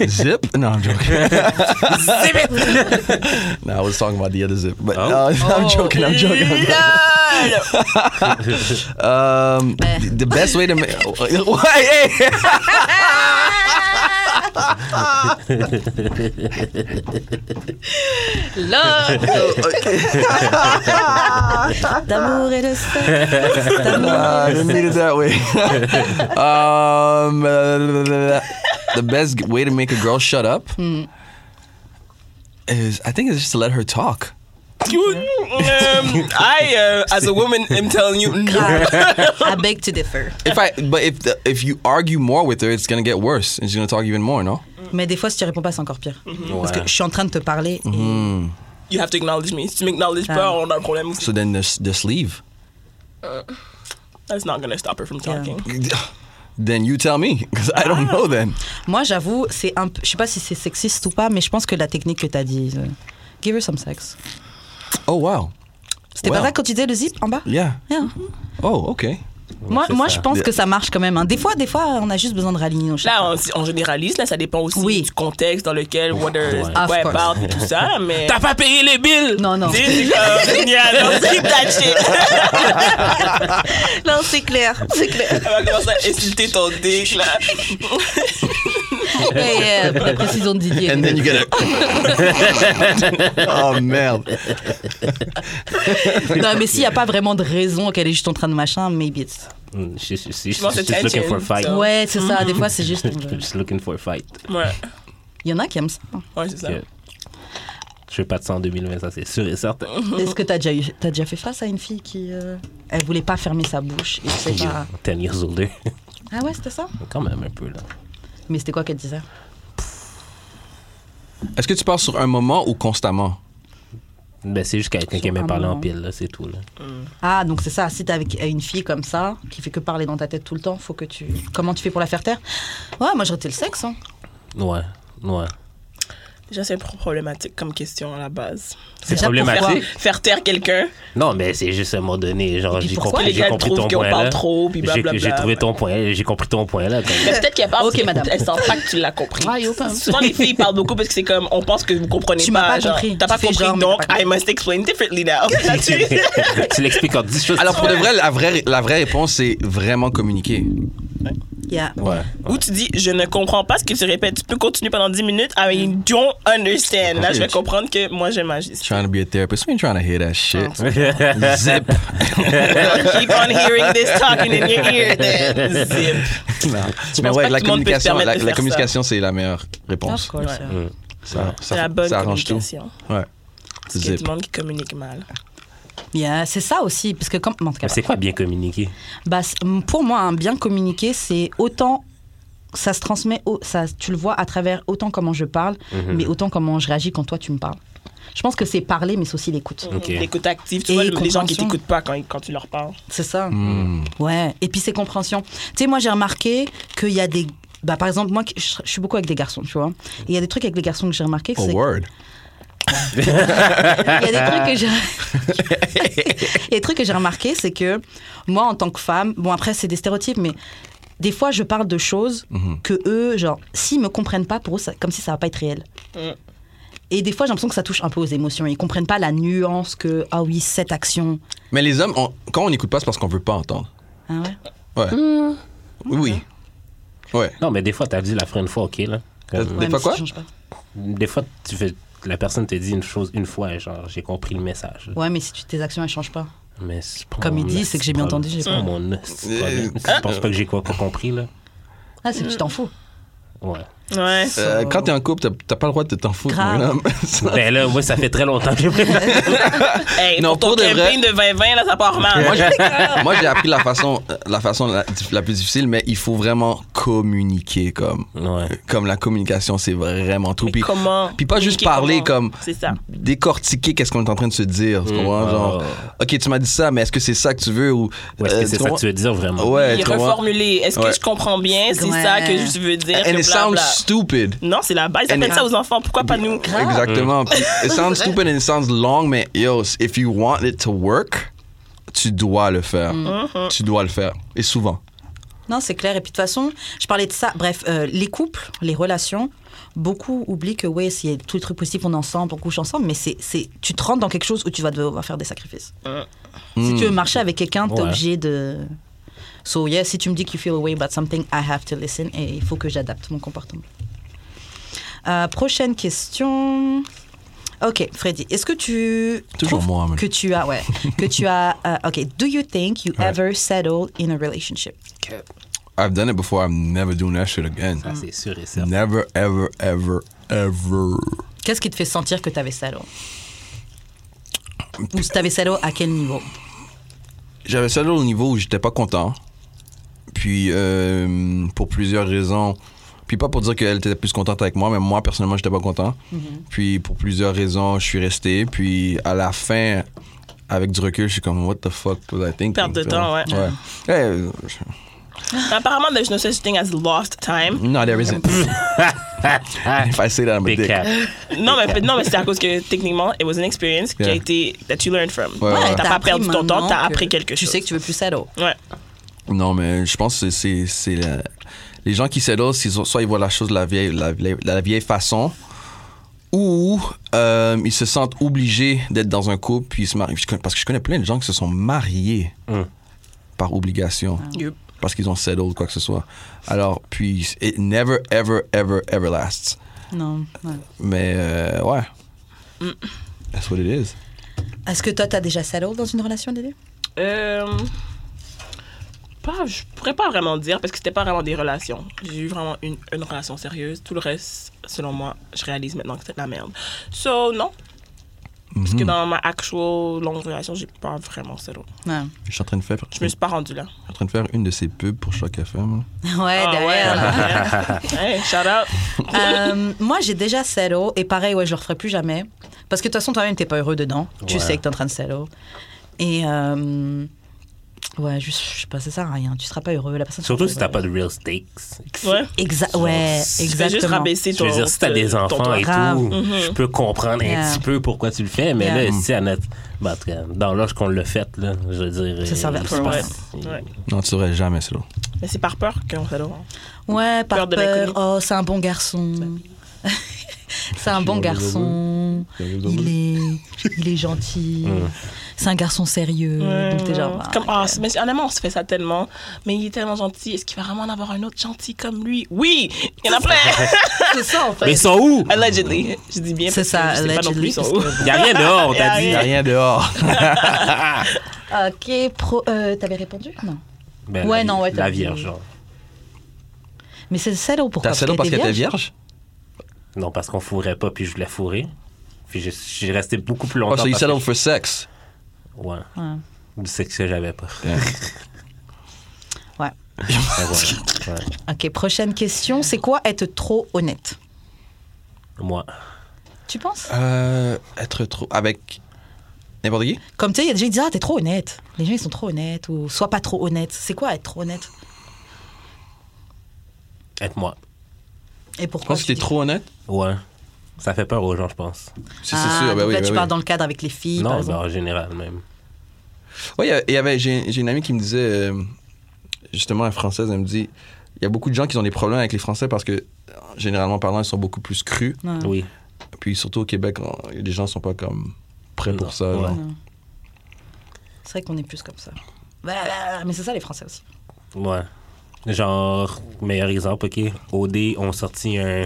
Zip? No, I'm joking. Zip it! no, I was talking about the other zip. But Oh. no, I'm joking. I'm joking. I'm joking. Um, the, the best way to make. Why? Hey. Là, D'amour et de sexe. Nah, I didn't mean it that way. um, uh, the best g- way to make a girl shut up Hmm. is, I think, is just to let her talk. You, um, I, uh, as a woman, am telling you, no. I beg to differ. If I, but if the, if you argue more with her, it's gonna get worse, and she's gonna talk even more. No, Mais des fois, si tu réponds pas, c'est encore pire. Parce Ouais. que je suis en train de te parler. et- you have to acknowledge me. Si tu m'acknowledges Ah. pas, on a un problème aussi. so then just, just leave. That's not gonna stop her from talking. then you tell me, because I don't Ah. know then. Moi, j'avoue, c'est un peu. Je sais pas si c'est sexiste ou pas, mais je pense que la technique que t'as dit. euh, give her some sex. Oh, wow. C'était Well. pas ça quand tu disais le zip en bas Yeah. Yeah. Oh, OK. Moi, c'est moi ça. je pense Yeah. que ça marche quand même. hein. Des fois, des fois, on a juste besoin de raligner nos chats. Là, on, on généralise, là, ça dépend aussi Oui. du contexte dans lequel Water Of ouais, course. parle et tout ça, mais. T'as pas payé les bills! Non, non. C'est comme, yeah, don't keep that shit. Non, c'est clair, c'est clair. Elle va commencer à insulter ton dick, là. Et euh, la précision de Didier. And then you get a... oh, merde. Non, mais s'il n'y a pas vraiment de raison qu'elle est juste en train de machin, maybe it's... Mm, she's- she's- she's wants just looking for a fight. attention, Ouais, c'est ça. Des fois, c'est juste... euh, Just looking for a fight. Ouais, Il y en a qui aiment ça. hein. ouais c'est ça. Yeah. Je fais pas de ça en 2020, ça c'est sûr et certain. Est-ce que t'as déjà, eu- t'as déjà fait face à une fille qui... euh, Elle voulait pas fermer sa bouche. Et c'est pas... 10 years older. Ah ouais, c'était ça Quand même un peu là. Mais c'était quoi qu'elle disait Est-ce que tu parles sur un moment ou constamment? Ben c'est juste quelqu'un qui aimait un parler en moment. pile là, c'est tout là. Ah, donc c'est ça. Si t'es avec une fille comme ça, qui fait que parler dans ta tête tout le temps, faut que tu... Comment tu fais pour la faire taire Ouais, moi, j'aurais été le sexe, hein. Ouais, ouais. Déjà, c'est pro- problématique comme question à la base. C'est Déjà, problématique. Faire taire quelqu'un, Non, mais c'est juste à un moment donné, genre puis j'ai pourquoi que compris, les j'ai gars compris ton trouvent qu'on point parle là. trop, puis blablabla. J'ai j'ai trouvé ton point, j'ai compris ton point là. comme- Mais peut-être qu'elle parle Ok, parce madame. qu'elle sent pas que tu l'as compris. Ah, yo, pas. Souvent, les filles parlent beaucoup parce que c'est comme, on pense que vous comprenez Tu m'as pas. pas genre, compris. T'as pas Tu fais compris, genre, mais donc t'as pas I must explain differently now. Là-dessus. tu l'expliques en 10 choses. Alors, pour de vrai, la vraie, la vraie réponse, c'est vraiment communiquer. Yeah. Ouais. Ou tu dis, je ne comprends pas ce que tu répètes. Tu peux continuer pendant 10 minutes. I don't understand. Là, je vais comprendre que moi, je magiste. Trying to be a therapist. We ain't trying to hear that Ah, shit. Ah. Zip. Keep on hearing this talking in your ear, then. Zip. Mais penses ouais, pas que la tout le monde peut se communication, permettre la, de la faire ça? communication, c'est la meilleure réponse. Ah, Of course, yeah. Ça, ça- C'est la bonne ça arrange tout. communication. Ouais. Parce qu'il y a Zip. du monde qui communique mal. Yeah, c'est ça aussi, parce que comme, en tout cas, Mais c'est quoi bien communiquer? bah, c'est- m- pour moi, un bien communiqué, c'est autant ça se transmet, au- ça, tu le vois à travers autant comment je parle, Mhm. mais autant comment je réagis quand toi tu me parles. Je pense que c'est parler, mais c'est aussi l'écoute. Ok. L'écoute active, tu Et vois, les gens qui compréhension. t'écoutent pas quand, ils- quand tu leur parles. C'est ça. Hmm. Ouais. Et puis c'est compréhension. Tu sais, moi j'ai remarqué qu'il y a des, bah, par exemple moi, qui- je je suis beaucoup avec des garçons, tu vois. Et il y a des trucs avec les garçons que j'ai remarqué. que Oh, c'est- word. Il y a des trucs que j'ai. Il y a des trucs que j'ai remarqué, c'est que moi, en tant que femme, bon après c'est des stéréotypes, mais des fois je parle de choses Mhm. que eux, genre, s'ils me comprennent pas, pour eux, ça- comme si ça va pas être réel. Mm. Mhm. Et des fois, j'ai l'impression que ça touche un peu aux émotions. Ils comprennent pas la nuance que ah oui cette action. Mais les hommes, on- quand on n'écoute pas, c'est parce qu'on veut pas entendre. Ah ouais. Ouais. Oui. Ouais. Non, mais des fois, t'as dit la frère une fois, ok, là. Comme- Des Ouais, fois mais ça quoi? change pas. Des fois, tu fais, la personne te dit une chose une fois, et genre, j'ai compris le message. Ouais, mais si tu- tes actions elles changent pas. Mais c'est pas Comme mon il dit, esti c'est que j'ai bien problème. entendu, j'ai C'est pas- pas mon esti problème. Hein? Je pense pas que j'ai quoi pas compris, là. Ah c'est que tu t'en fous. Ouais. Ouais. Euh, quand t'es en couple, t'as- t'as pas le droit de t'en foutre, Grave. mon homme. Ben là, moi, ça fait très longtemps que j'ai pris Hey, Non, pour ton pour de vrai- camping de 2020, là, ça part mal. Moi, j'ai- Moi, j'ai appris la façon, la façon la, la plus difficile, mais il faut vraiment communiquer comme. Ouais. Comme la communication, c'est vraiment tout. Mais Puis, comment puis pas juste Communiquer parler comment? comme. C'est ça. Décortiquer qu'est-ce qu'on est en train de se dire. tu comprends? Ah. Genre, ok, tu m'as dit ça, mais est-ce que c'est ça que tu veux ou. Ou est-ce euh, que c'est ça comprends? que tu veux dire vraiment? Ouais, Puis tu comprends? reformuler. Est-ce que Ouais. je comprends bien? C'est Ouais. ça que je veux dire. que And it sounds blabla. stupid. Non, c'est la base. Ils And appellent it- ça aux enfants. Pourquoi pas nous? Ah. Exactement. Puis, It sounds stupid and it sounds long, mais yo, if you want it to work, tu dois le faire. Mm. Tu dois le faire. Et souvent. Non, c'est clair. Et puis de toute façon, je parlais de ça. Bref, euh, les couples, les relations, beaucoup oublient que ouais, s'il y a tout le truc possible, on est ensemble, on couche ensemble, mais c'est, c'est, tu te rentres dans quelque chose où tu vas devoir faire des sacrifices. Si Hmm. tu veux marcher avec quelqu'un, t'es Ouais. obligé de. So yeah, si tu me dis que you feel away about something, I have to listen et il faut que j'adapte mon comportement. Euh, prochaine question. Ok, Freddy, est-ce que tu Toujours trouves moi, mais- que tu as ouais que tu as euh, ok Do you think you ever settle in a relationship? I've done it before. I'm never doing that shit again. Ça, c'est sûr et certain. Never, ever, ever, ever. Qu'est-ce qui te fait sentir que t'avais salaud Ou si t'avais salaud, à quel niveau J'avais ça là au niveau où j'étais pas content. Puis, euh, pour plusieurs raisons. Puis, pas pour dire qu'elle était plus contente avec moi, mais moi, personnellement, j'étais pas content. Mm-hmm. Puis, pour plusieurs raisons, je suis resté. Puis, à la fin, avec du recul, je suis comme, what the fuck was I thinking? Perte de Tu temps, vois? ouais. Ouais. Eh, je- Apparemment, there's no such thing as lost time. No, there isn't. if I say that, I'm a Big dick. cap. Non, mais, non, mais c'est à cause que techniquement, it was an experience qui a Yeah. été, that you learned from. Ouais, ouais. T'as t'as pas appris perdu ton maintenant temps, t'as que appris quelque Tu chose. sais que tu veux plus settle. Ouais. Non, mais je pense que c'est- c'est la- les gens qui settle, s'ils ont- soit ils voient la chose de la vieille, la, la- la vieille façon, ou euh, ils se sentent obligés d'être dans un couple puis ils se marient. Je connais- Parce que je connais plein de gens qui se sont mariés Mm. par obligation. Yup. Parce qu'ils ont settled ou quoi que ce soit. Alors, puis, it never, ever, ever, ever lasts. Non. ouais. Mais, euh, ouais. That's what it is. Est-ce que toi, t'as déjà settled dans une relation, Dédé Euh, pas, je pourrais pas vraiment dire parce que c'était pas vraiment des relations. J'ai eu vraiment une, une relation sérieuse. Tout le reste, selon moi, je réalise maintenant que c'est de la merde. So, non. Parce Mhm. que dans ma actual longue relation, j'ai pas vraiment settled. Ouais. Je suis en train de faire, je Je me suis pas rendue là. suis en train de faire une de ces pubs pour Choc FM. là. Ouais, Ah, derrière. là. ouais. hey, shout out. Euh, moi, j'ai déjà settle et pareil, ouais, je le referai plus jamais. Parce que de toute façon, toi-même, t'es pas heureux dedans. Tu Ouais. sais que t'es en train de settle. Et euh, ouais, juste, je sais pas, ça sert à rien. Tu seras pas heureux. La personne sera Surtout si heureux. t'as pas de real stakes. Ouais. Exa- ouais, Tu fais Tu fais juste exactement. rabaisser Je ton. veux dire, si t'as des ton- enfants ton- et euh, grave. Mm-hmm. tout, je peux comprendre Yeah. un petit peu pourquoi tu le fais, mais Yeah. là, si à notre. bah, en tout cas, dans l'âge qu'on le fait, là, je veux dire. euh, Ça servait à il se rien. passe- Ouais. Non, tu devrais jamais settle. Mais c'est par peur qu'on s'adore. hein. Ouais, par Peur de peur. l'inconnu. Oh, c'est un bon garçon. c'est un bon garçon. Il est, il est gentil. C'est un garçon sérieux. Donc t'es genre. Ouais. bah, Comme, ah, c'est- mais honnêtement, on se fait ça tellement. Mais il est tellement gentil. Est-ce qu'il va vraiment en avoir un autre gentil comme lui? Oui! Il y en a plein! c'est ça en Mais fait. ils sont où? allegedly. Je dis bien. C'est ça, parce que je sais pas non allegedly, plus son- parce Y a rien dehors, on Y a t'a dit. rien. rien dehors. Ok, pro. euh, T'avais répondu Non. Ben, Ouais, la- non, ouais, t'as La dit. vierge, genre. Mais c'est settle pourquoi T'as settle parce qu'elle était vierge? Non, parce qu'on fourrait pas, puis je voulais fourrer. Puis j'ai- j'ai resté beaucoup plus Oh, longtemps. so you parce que settled for sex. je- Ouais. Ouais. Du sexe que j'avais pas. Ouais. Ben, voilà. Ouais. Ok, prochaine question. C'est quoi être trop honnête Moi. Tu penses Euh, être trop. Avec n'importe qui? Comme tu sais, il y a des gens qui disent Ah, t'es trop honnête. Les gens, ils sont trop honnêtes ou sois pas trop honnête. C'est quoi être trop honnête Être moi. Et Je pourquoi pense que t'es dis- trop honnête. Ouais. Ça fait peur aux gens, je pense. C'est Ah, c'est sûr, ben donc oui. là, ben tu oui. parles dans le cadre avec les filles. par non, ben, exemple. en général, même. Ouais, il y a- il y avait, j'ai, j'ai une amie qui me disait, euh, justement, elle est française, elle me dit, il y a beaucoup de gens qui ont des problèmes avec les Français parce que, généralement parlant, ils sont beaucoup plus crus. Ouais. Oui. Puis surtout au Québec, on- les gens sont pas comme prêts Non. pour ça. Ouais. genre. C'est vrai qu'on est plus comme ça. Blablabla. Mais c'est ça les Français aussi. Ouais. Genre, meilleur exemple, OK. OD ont sorti un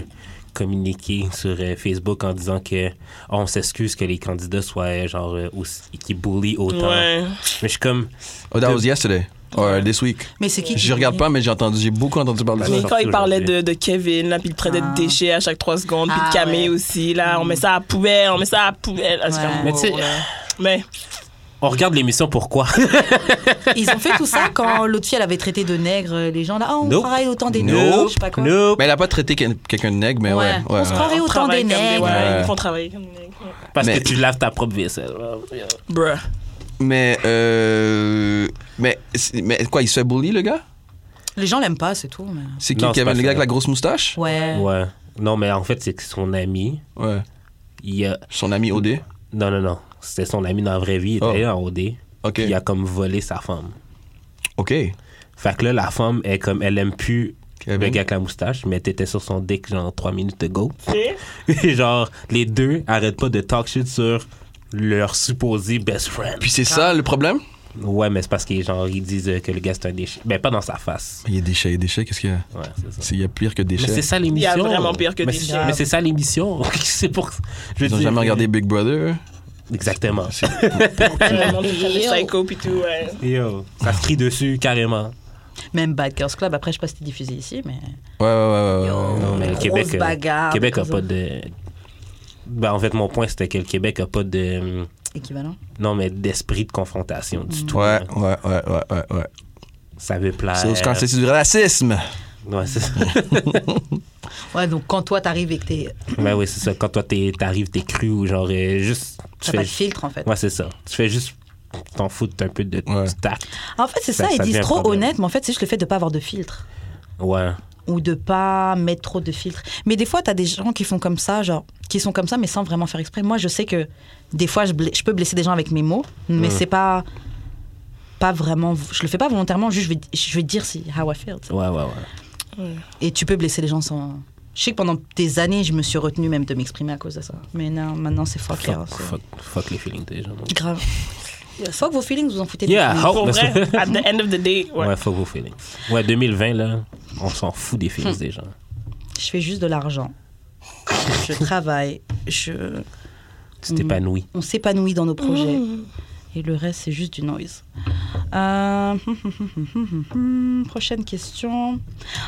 communiqué sur euh, Facebook en disant que Ah, on s'excuse que les candidats soient euh, genre euh, aussi, qui bully autant. Ouais. Mais je suis comme Oh, that was yesterday. Or this week. Mais c'est qui qui Je regarde pas, mais j'ai entendu, j'ai beaucoup entendu parler de Mais ça. quand il aujourd'hui. parlait de, de Kevin, là, puis il le traitait Ah. de déchet à chaque 3 secondes, puis Ah, de Camille ouais. Mm. aussi, là, on met ça à poubelle, on met ça à poubelle. Ah, c'est Ouais. comme, Mais tu sais- wow, là. Mais on regarde l'émission pourquoi Ils ont fait tout ça quand l'autre fille elle avait traité de nègre les gens là. Ah, on Nope. travaille autant des nègres. Je sais pas quoi. Nope. Mais Ben, elle a pas traité quel- quelqu'un de nègre, mais ouais. Ouais. On se ouais. croirait on autant travaille des comme nègres. ouais, Ouais. Ils font travailler comme des nègres. Ouais. Parce Mais- que tu laves ta propre vaisselle. Bruh. Mais, euh, mais, c'est- mais quoi, il se fait bully, le gars Les gens l'aiment pas, c'est tout. mais- C'est qui Non, qui c'est avait pas le gars ça. avec la grosse moustache Ouais. Ouais. Non, mais en fait, c'est que son ami, Ouais. il a. Son ami OD. Non, non, non. C'était son ami dans la vraie vie. Il était en OD. Oh. Ok. Puis Il a comme volé sa femme. Ok. Fait que là, la femme, est comme, elle aime plus Kevin. le gars avec la moustache, mais t'étais sur son dick genre 3 minutes ago. Ok. Et genre, les deux arrêtent pas de talk shit sur leur supposé best friend. Puis c'est ça le problème Ouais, mais c'est parce qu'ils genre, ils disent euh, que le gars c'est un déchet. Ben, pas dans sa face. Il y a déchets, il y a déchets, qu'est-ce qu'il y a Ouais, c'est ça. S'il y a pire que Mais c'est déchets. ça l'émission. Il y a vraiment pire que mais des c'est- chiens. Mais c'est ça l'émission. c'est pour. Je veux Ils ont dire- jamais regardé Big Brother. eux. Exactement. Le monde est comme des psychos, puis tout, ouais. Yo, ça se crie dessus carrément. Même Bad Girls Club. Après, je sais pas si c'était diffusé ici, mais. Ouais, ouais, ouais, Yo. ouais. ouais. Non, mais le Grosse Québec. euh, bagarre, Québec a grosse- pas de. Ben, en fait, mon point, c'était que le Québec a pas de. hum, Équivalent. Non, mais d'esprit de confrontation du tout. Ouais, hein. ouais, ouais, ouais, ouais, ouais. Ça veut plaire. C'est quand c'est du racisme. Ouais, c'est ça. Ouais, donc quand toi t'arrives et que t'es. ben oui, c'est ça. Quand toi, t'es- t'arrives, t'es cru ou genre, euh, juste. T'as pas de filtre en fait. Ouais, c'est ça. Tu fais juste t'en fous un peu de Ouais. du tact. En fait, c'est Ça- ça, ils ça devient disent un trop problème. honnête, mais en fait, c'est juste le fait de pas avoir de filtre Ouais. ou de pas mettre trop de filtre. Mais des fois, tu as des gens qui font comme ça, genre, qui sont comme ça, mais sans vraiment faire exprès. Moi, je sais que des fois, je, bla- je peux blesser des gens avec mes mots, mais Mm. c'est pas pas vraiment je le fais pas volontairement juste je vais, je vais dire si how I feel tu sais. Ouais, ouais, ouais. et tu peux blesser les gens sans je sais que pendant des années je me suis retenue même de m'exprimer à cause de ça mais non maintenant c'est fuck, yeah, Fuck, c'est- fuck, fuck les feelings des gens. grave fuck vos feelings vous en foutez de Yeah, mes- how- Pour parce vrai, que- at the end of the day, Ouais. ouais. fuck vos feelings. Ouais, 2020, là, on s'en fout des feelings des gens. je fais juste de l'argent je travaille je Tu t'épanouis. on s'épanouit dans nos projets. Et le reste, c'est juste du noise. Euh, Prochaine question.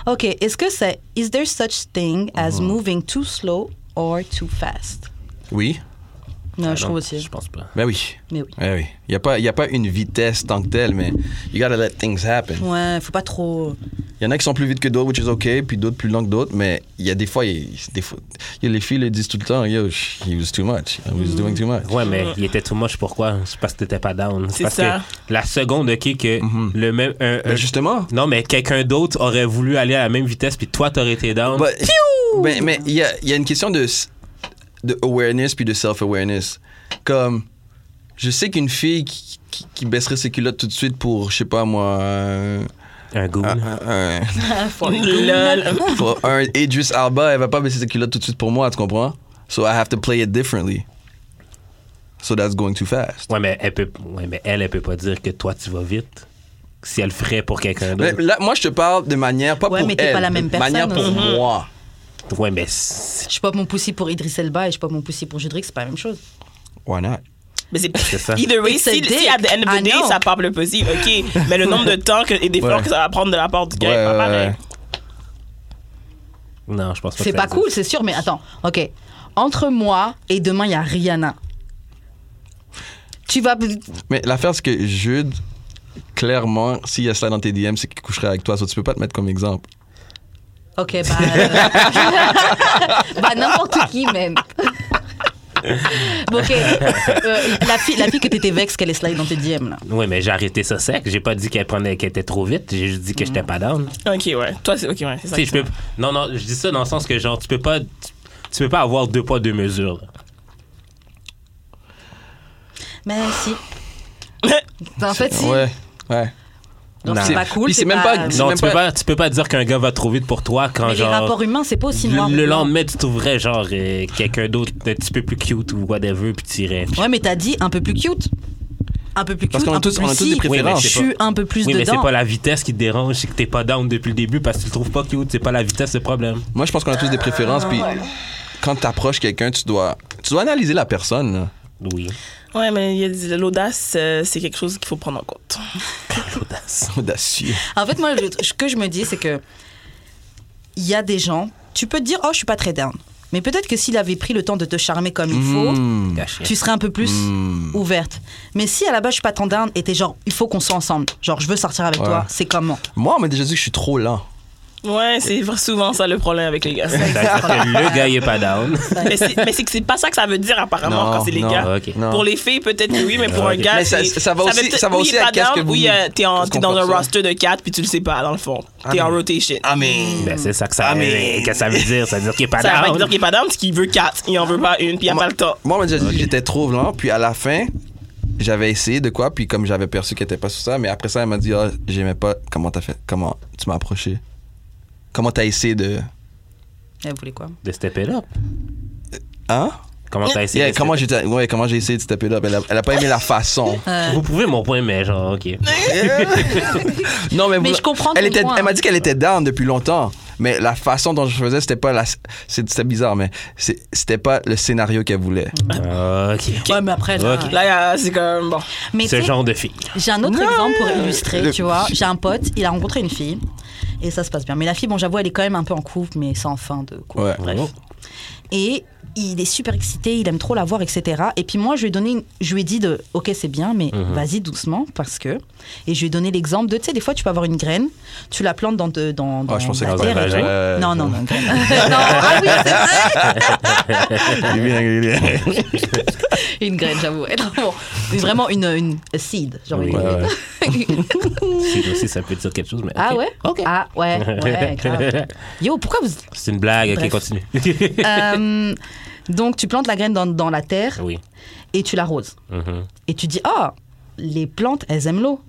Ok, est-ce que c'est Is there such thing Uh-huh. as moving too slow or too fast Oui. Non, Ah je non, trouve aussi. Je pense pas. Ben oui. Mais oui. Ben oui. Il n'y a, pas- y a pas une vitesse tant que telle, mais you gotta let things happen. Ouais, faut pas trop. Il y en a qui sont plus vite que d'autres, which is okay, puis d'autres plus lents que d'autres, mais il y a des fois, y a- des fois y a les filles le disent tout le temps, yo, sh- he was too much, he was doing too much. Ouais, mais il était too much, pourquoi? C'est parce que t'étais pas down. C'est parce ça. que la seconde, ok, que le même. un- un- Ben justement. Non, mais quelqu'un d'autre aurait voulu aller à la même vitesse, puis toi, t'aurais été down. But- Ben, bah, mais il y a, il y a une question de, s- de awareness puis de self-awareness. Comme, je sais qu'une fille qui, qui- qui baisserait ses culottes tout de suite pour, je sais pas moi, un, un goon. un- un- Lol. pour un Idris Alba, elle va pas baisser ses culottes tout de suite pour moi, tu comprends? So I have to play it differently. So that's going too fast. Ouais, mais elle peut, ouais, mais elle, elle peut pas dire que toi, tu vas vite. Si elle le ferait pour quelqu'un Mais d'autre. là, moi, je te parle de manière, pas Ouais, pour mais t'es pas elle, la même de manière pour personne, hein. moi. Ouais, mais c'est- Je pop mon poussi pour Idriss Elba et je pop mon poussi pour Judrick, c'est pas la même chose. Why not? Mais c'est ça. Either way, It's a si, dick. si at the end of the I day, know. ça parle le possible, ok. Mais le nombre de temps que, et d'efforts Ouais. que ça va prendre de la part du gars, est pas Ouais, pareil. ouais, non, je pense pas. que C'est ça pas existe. cool, c'est sûr, mais attends, ok. Entre moi et demain, il y a Rihanna. Tu vas. Mais l'affaire, c'est que Jude, clairement, s'il y a ça dans tes DM, c'est qu'il coucherait avec toi. So, tu peux pas te mettre comme exemple. Ok, bah. euh, bah, n'importe qui, même. bon, ok. Euh, la, fille, la fille que t'étais vexe qu'elle est slide dans tes DM, là. Ouais, mais j'ai arrêté ça sec. J'ai pas dit qu'elle prenait, qu'elle était trop vite. J'ai juste dit que j'étais pas down. Ok, ouais. Toi, c'est ok, ouais. C'est ça. Tu sais, que je peux. Non, non, je dis ça dans le sens que genre, tu peux pas. Tu, tu peux pas avoir deux poids, deux mesures. là. Mais si. Bah, En fait, si. Ouais. Ouais. Donc, c'est Non. pas cool. Puis c'est même pas- C'est Non, même tu peux, pas- pas, tu peux pas dire qu'un gars va trop vite pour toi quand Mais les genre. rapports humains, c'est pas aussi noir. le, le ou blanc. lendemain, tu trouverais genre euh, quelqu'un d'autre un petit peu plus cute ou whatever, puis tu irais. Ouais, mais t'as dit un peu plus cute. Un peu plus cute. Parce qu'on a un peu tous- plus on a tous si. des préférences. Je suis un peu plus oui, mais c'est dedans. pas la vitesse qui te dérange, c'est que t'es pas down depuis le début parce que tu le trouves pas cute. C'est pas la vitesse le problème. Moi, je pense qu'on a tous des préférences. Puis Ah quand tu approches quelqu'un, tu dois, tu dois analyser la personne. là. Oui. c'est- Ouais, mais il y a des- l'audace, euh, c'est quelque chose qu'il faut prendre en compte. L'audace. Audacieux. En fait, moi, le- ce que je me dis, c'est que il y a des gens. Tu peux te dire, oh, je suis pas très down. Mais peut-être que s'il avait pris le temps de te charmer comme il faut, Hmm. Caché. tu serais un peu plus Mm. ouverte. Mais si à la base je suis pas ton down et t'es genre, il faut qu'on soit ensemble, genre je veux sortir avec Ouais. toi, c'est comment Moi, on m'a déjà dit que je suis trop lent. Ouais, c'est souvent ça le problème avec les gars. C'est-à-dire que le gars il est pas down. mais c'est mais c'est que c'est pas ça que ça veut dire apparemment Non, quand c'est les non, gars. ok. Non. Pour les filles, peut-être que oui, mais pour Ouais, un ok. gars, Mais ça- c'est- ça va aussi- peut- ça va oui, aussi il est à pas qu'est-ce que down, vous- Oui, euh, t'es en- qu'est-ce t'es qu'on dans un perçoit. roster de 4 puis tu le sais pas, dans le fond. T'es en rotation. Ah, mais. Ben, c'est ça que ça, Ah, mais- euh, que ça veut dire. Ça veut dire qu'il est pas Ça veut down. dire qu'il est pas down parce qu'il veut 4. Il en veut pas une, puis il a bah Moi- pas le temps. Moi, on m'a déjà dit que j'étais trop lent. Puis à la fin, j'avais essayé de quoi. Puis comme j'avais perçu qu'elle était pas sur ça, mais après ça, elle m'a dit, ah, j'aimais pas comment t'as fait, comment tu m'as approché. Comment t'as essayé de. Elle voulait quoi De step it up. Hein? Comment t'as essayé? Yeah, de comment step- j'étais- ouais, comment j'ai essayé de taper là. Ben, Elle a, elle a pas aimé la façon. Vous pouvez mon point, mais genre, ok. Non, mais, Mais vous- je comprends Elle, ton était, point. hein. elle m'a dit qu'elle était down depuis longtemps, mais la façon dont je faisais, c'était pas la. c'est- C'était bizarre, mais c'est- c'était pas le scénario qu'elle voulait. Ah, Ok. Ouais, mais après, là. Ok. Là, il y a- c'est comme bon. Mais tu Ce sais, genre de fille. j'ai un autre exemple pour illustrer, Le- tu vois. J'ai un pote, il a rencontré une fille et ça se passe bien. Mais la fille, bon, j'avoue, elle est quand même un peu en couple, mais sans fin de couple. Ouais. Bref. Et il est super excité, il aime trop la voir, etc. Et puis moi, je lui ai donné, une- je lui ai dit de, ok, c'est bien, mais vas-y doucement parce que. Et je lui ai donné l'exemple de, tu sais, des fois, tu peux avoir une graine, tu la plantes dans de, dans, dans Ah, je pensais la dans un terre et vagin. tout. Euh, Non, non, non. une graine. non, ah oui, c'est vrai. Une graine, j'avoue. Et non, bon, une- vraiment une, une a seed, genre Oui, une- ouais, C'est aussi, ça peut dire quelque chose, mais. Ah ok. ouais Ah ouais, ouais, grave. Yo, pourquoi vous... C'est une blague, ok, Bref. continue. Euh, donc, tu plantes la graine dans, dans la terre Ah oui. et tu l'arroses. Mhm. Et tu dis, ah, les plantes, elles aiment l'eau.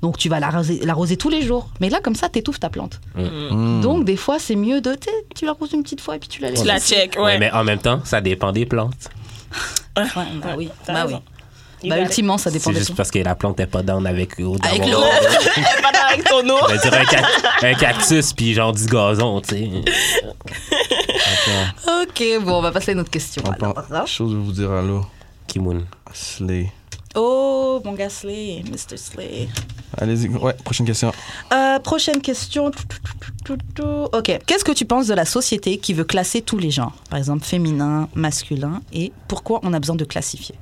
Donc, tu vas l'arroser l'arroser tous les jours. Mais là, comme ça, t'étouffes ta plante. hmm. Donc, des fois, c'est mieux de, tu sais, tu l'arroses une petite fois et puis tu la laisses. Tu la check, ouais. Ouais, mais en même temps, ça dépend des plantes. Ouais, bah oui, T'as bah oui. raison. You Bah, got it. ultimement, ça dépend C'est de juste parce que la plante n'est pas down avec l'eau. Avec d'avoir- l'eau. Pas dans- avec ton eau. On va dire un, cac- un cactus, puis genre du gazon, tu sais. Ok, bon, on va passer à notre question. On alors. pense- Chose de vous dire allô. Kimoun. Slay. Oh, mon gars Slay, Mr. Slay. Allez-y. Ouais, prochaine question. Euh, prochaine question. Tout, tout, tout, tout, tout, tout. Ok. Qu'est-ce que tu penses de la société qui veut classer tous les genres Par exemple, féminin, masculin, et pourquoi on a besoin de classifier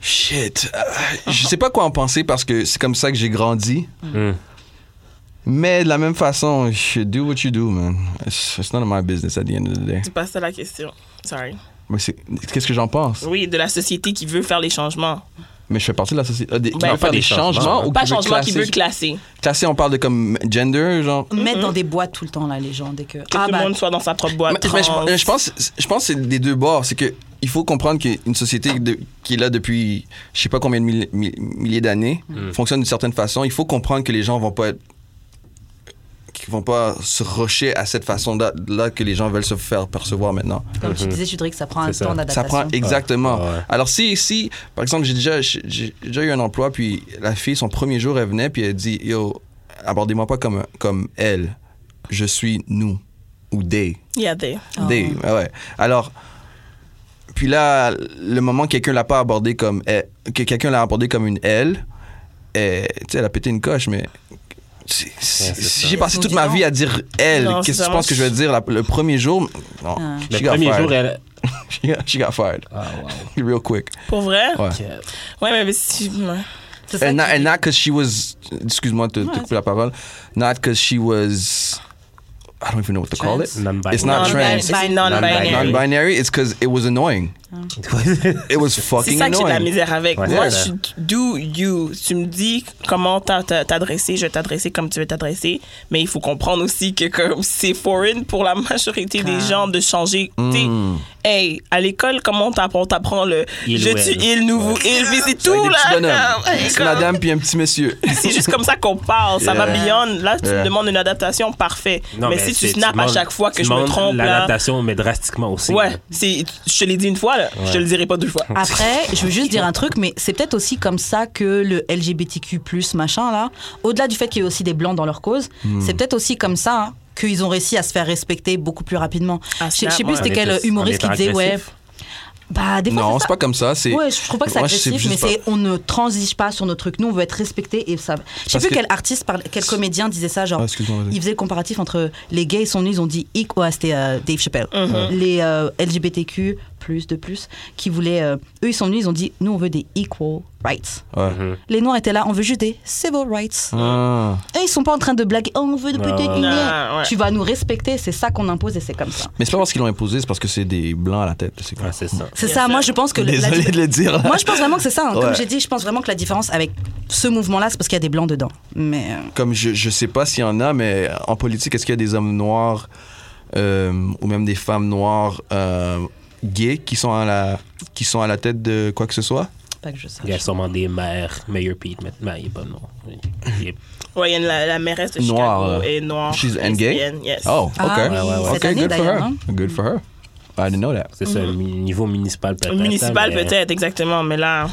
Shit. Euh, Je sais pas quoi en penser parce que c'est comme ça que j'ai grandi. Mm. Mais de la même façon, je- do what you do, man. It's, it's none of my business at the end of the day. Tu passes à la question. Sorry. Mais c'est- qu'est-ce que j'en pense? Oui, de la société qui veut faire les changements. Mais je fais partie de la société. Ah, des- qui Ben, veut pas faire des des changements, changements hein. ou Pas qui veut changement qui classer? veut classer. Classer, on parle de comme gender, genre. Mettre dans des boîtes tout le temps, là, les gens, dès que. Ah, bah, Que tout le monde soit dans sa propre boîte. Mais- mais je- trans. mais je, pense, je pense que c'est des deux bords. C'est que il faut comprendre qu'une société de- qui est là depuis je sais pas combien de mille- mille- milliers d'années Mm. Mm. fonctionne d'une certaine façon. Il faut comprendre que les gens vont pas être qu'ils vont pas se rusher à cette façon-là là que les gens veulent se faire percevoir maintenant. Comme tu disais, Judric, ça prend un C'est temps ça. Mhm. Ça d'adaptation. prend exactement. Ouais. Ouais. Alors si, si, par exemple, j'ai déjà, j'ai- j'ai déjà eu un emploi, puis la fille, son premier jour, elle venait, puis elle dit, yo, abordez-moi pas comme, comme elle, je suis nous, ou they. Yeah, they. Ah. Des- ouais, ouais. Alors, puis là, le moment que quelqu'un l'a pas abordé comme elle- que quelqu'un l'a abordé comme une elle, eh, tu sais, elle a pété une coche, mais c'est- c'est- c'est si ça. j'ai passé Ils toute sont ma différents. vie à dire elle, Non, qu'est-ce c'est que tu penses que je vais dire la- le premier jour Non, Ah. she Le got premier fired. jour, elle. She got- she got fired. Ah, wow. Real quick. Pour vrai? Ouais. Ouais, mais si. ouais. C'est ça And qui- not, and not cause she was. Excuse-moi de Ouais, te c'est- couper la parole. Not cause she was. I don't even know what to call it. Trans. Non-binary. It's not Non-binary. trans. C'est non-binary. Non-binary. It's cause it was annoying. It was C'est fucking ça que j'ai de la annoying. misère avec. Ouais, Moi, c'est je ça. suis do you. Tu me dis comment t'a- t'a- t'adresser, je vais t'adresser comme tu veux t'adresser. Mais il faut comprendre aussi que comme c'est foreign pour la majorité des gens de changer. T'sais, hey, à l'école, comment on t'apprend, on t'apprend le Il je ou tue elle. il, nous vous il, puis c'est Avec tout des petits bonhommes. là. Une petite madame puis un petit monsieur. C'est juste comme ça qu'on parle. Ça va Yeah. beyond. Là, tu Yeah. me demandes une adaptation parfaite. Non, mais, si tu c'est- snaps à montres- chaque fois tu que je me montres trompe, là, L'adaptation, mais drastiquement aussi. ouais, c'est- je te l'ai dit une fois, là. je te le dirai pas deux fois. Après, je veux juste dire un truc, mais c'est peut-être aussi comme ça que le LGBTQ, machin, là, au-delà du fait qu'il y ait aussi des blancs dans leur cause, Hmm. c'est peut-être aussi comme ça hein, qu'ils ont réussi à se faire respecter beaucoup plus rapidement. Ah, Je sais- je sais plus snap, ouais. c'était En quel étant- humoriste qui en étant disait, ouais. agressif. Bah, des fois, Non, c'est c'est ça. pas comme ça. C'est. Ouais, je trouve pas que c'est Moi, je sais agressif, juste mais pas. c'est on ne transige pas sur nos trucs. Nous, on veut être respecté et ça. Je sais Parce plus que- quel artiste, parlait- quel comédien disait ça, genre. Ah, excuse-moi, vas-y. il faisait le comparatif entre les gays et son nus, ils ont dit hic, ouais, c'était euh, Dave Chappelle. Mhm. Les euh, LGBTQ, plus de plus, qui voulaient. euh, eux, ils sont venus, ils ont dit nous, on veut des equal rights. Ouais. Les noirs étaient là, on veut juste des civil rights. Ah. Et ils sont pas en train de blaguer, oh, on veut de Ouais, peut-être ouais. une- Ouais, ouais. Tu vas nous respecter, c'est ça qu'on impose et c'est comme ça. Mais c'est pas parce qu'ils l'ont imposé, c'est parce que c'est des blancs à la tête. C'est quoi Ouais, Ah, c'est ça. C'est ça, moi je pense que le- la- Désolé de le dire. là. Moi, je pense vraiment que c'est ça. hein. Ouais. Comme j'ai dit, je pense vraiment que la différence avec ce mouvement-là, c'est parce qu'il y a des blancs dedans. Mais euh, Comme je, je sais pas s'il y en a, mais en politique, est-ce qu'il y a des hommes noirs euh, ou même des femmes noires euh, gays qui sont à la qui sont à la tête de quoi que ce soit pas que je sache. Il y a sûrement des maires, Mayor Pete, mais mais il est pas non. Il est- Ouais, il y a une- la, la mairesse de Noire, Chicago là. est noire. She's and gay. lesbienne, yes. Oh, ok. Ah oui, Ouais, ouais, ouais. cette Ok, année, good for d'ailleurs, her. hein. Good for her. I didn't know that. C'est ça, mi- niveau municipal peut-être. Mm-hmm. Euh, Municipal ça, mais- peut-être, exactement, mais là,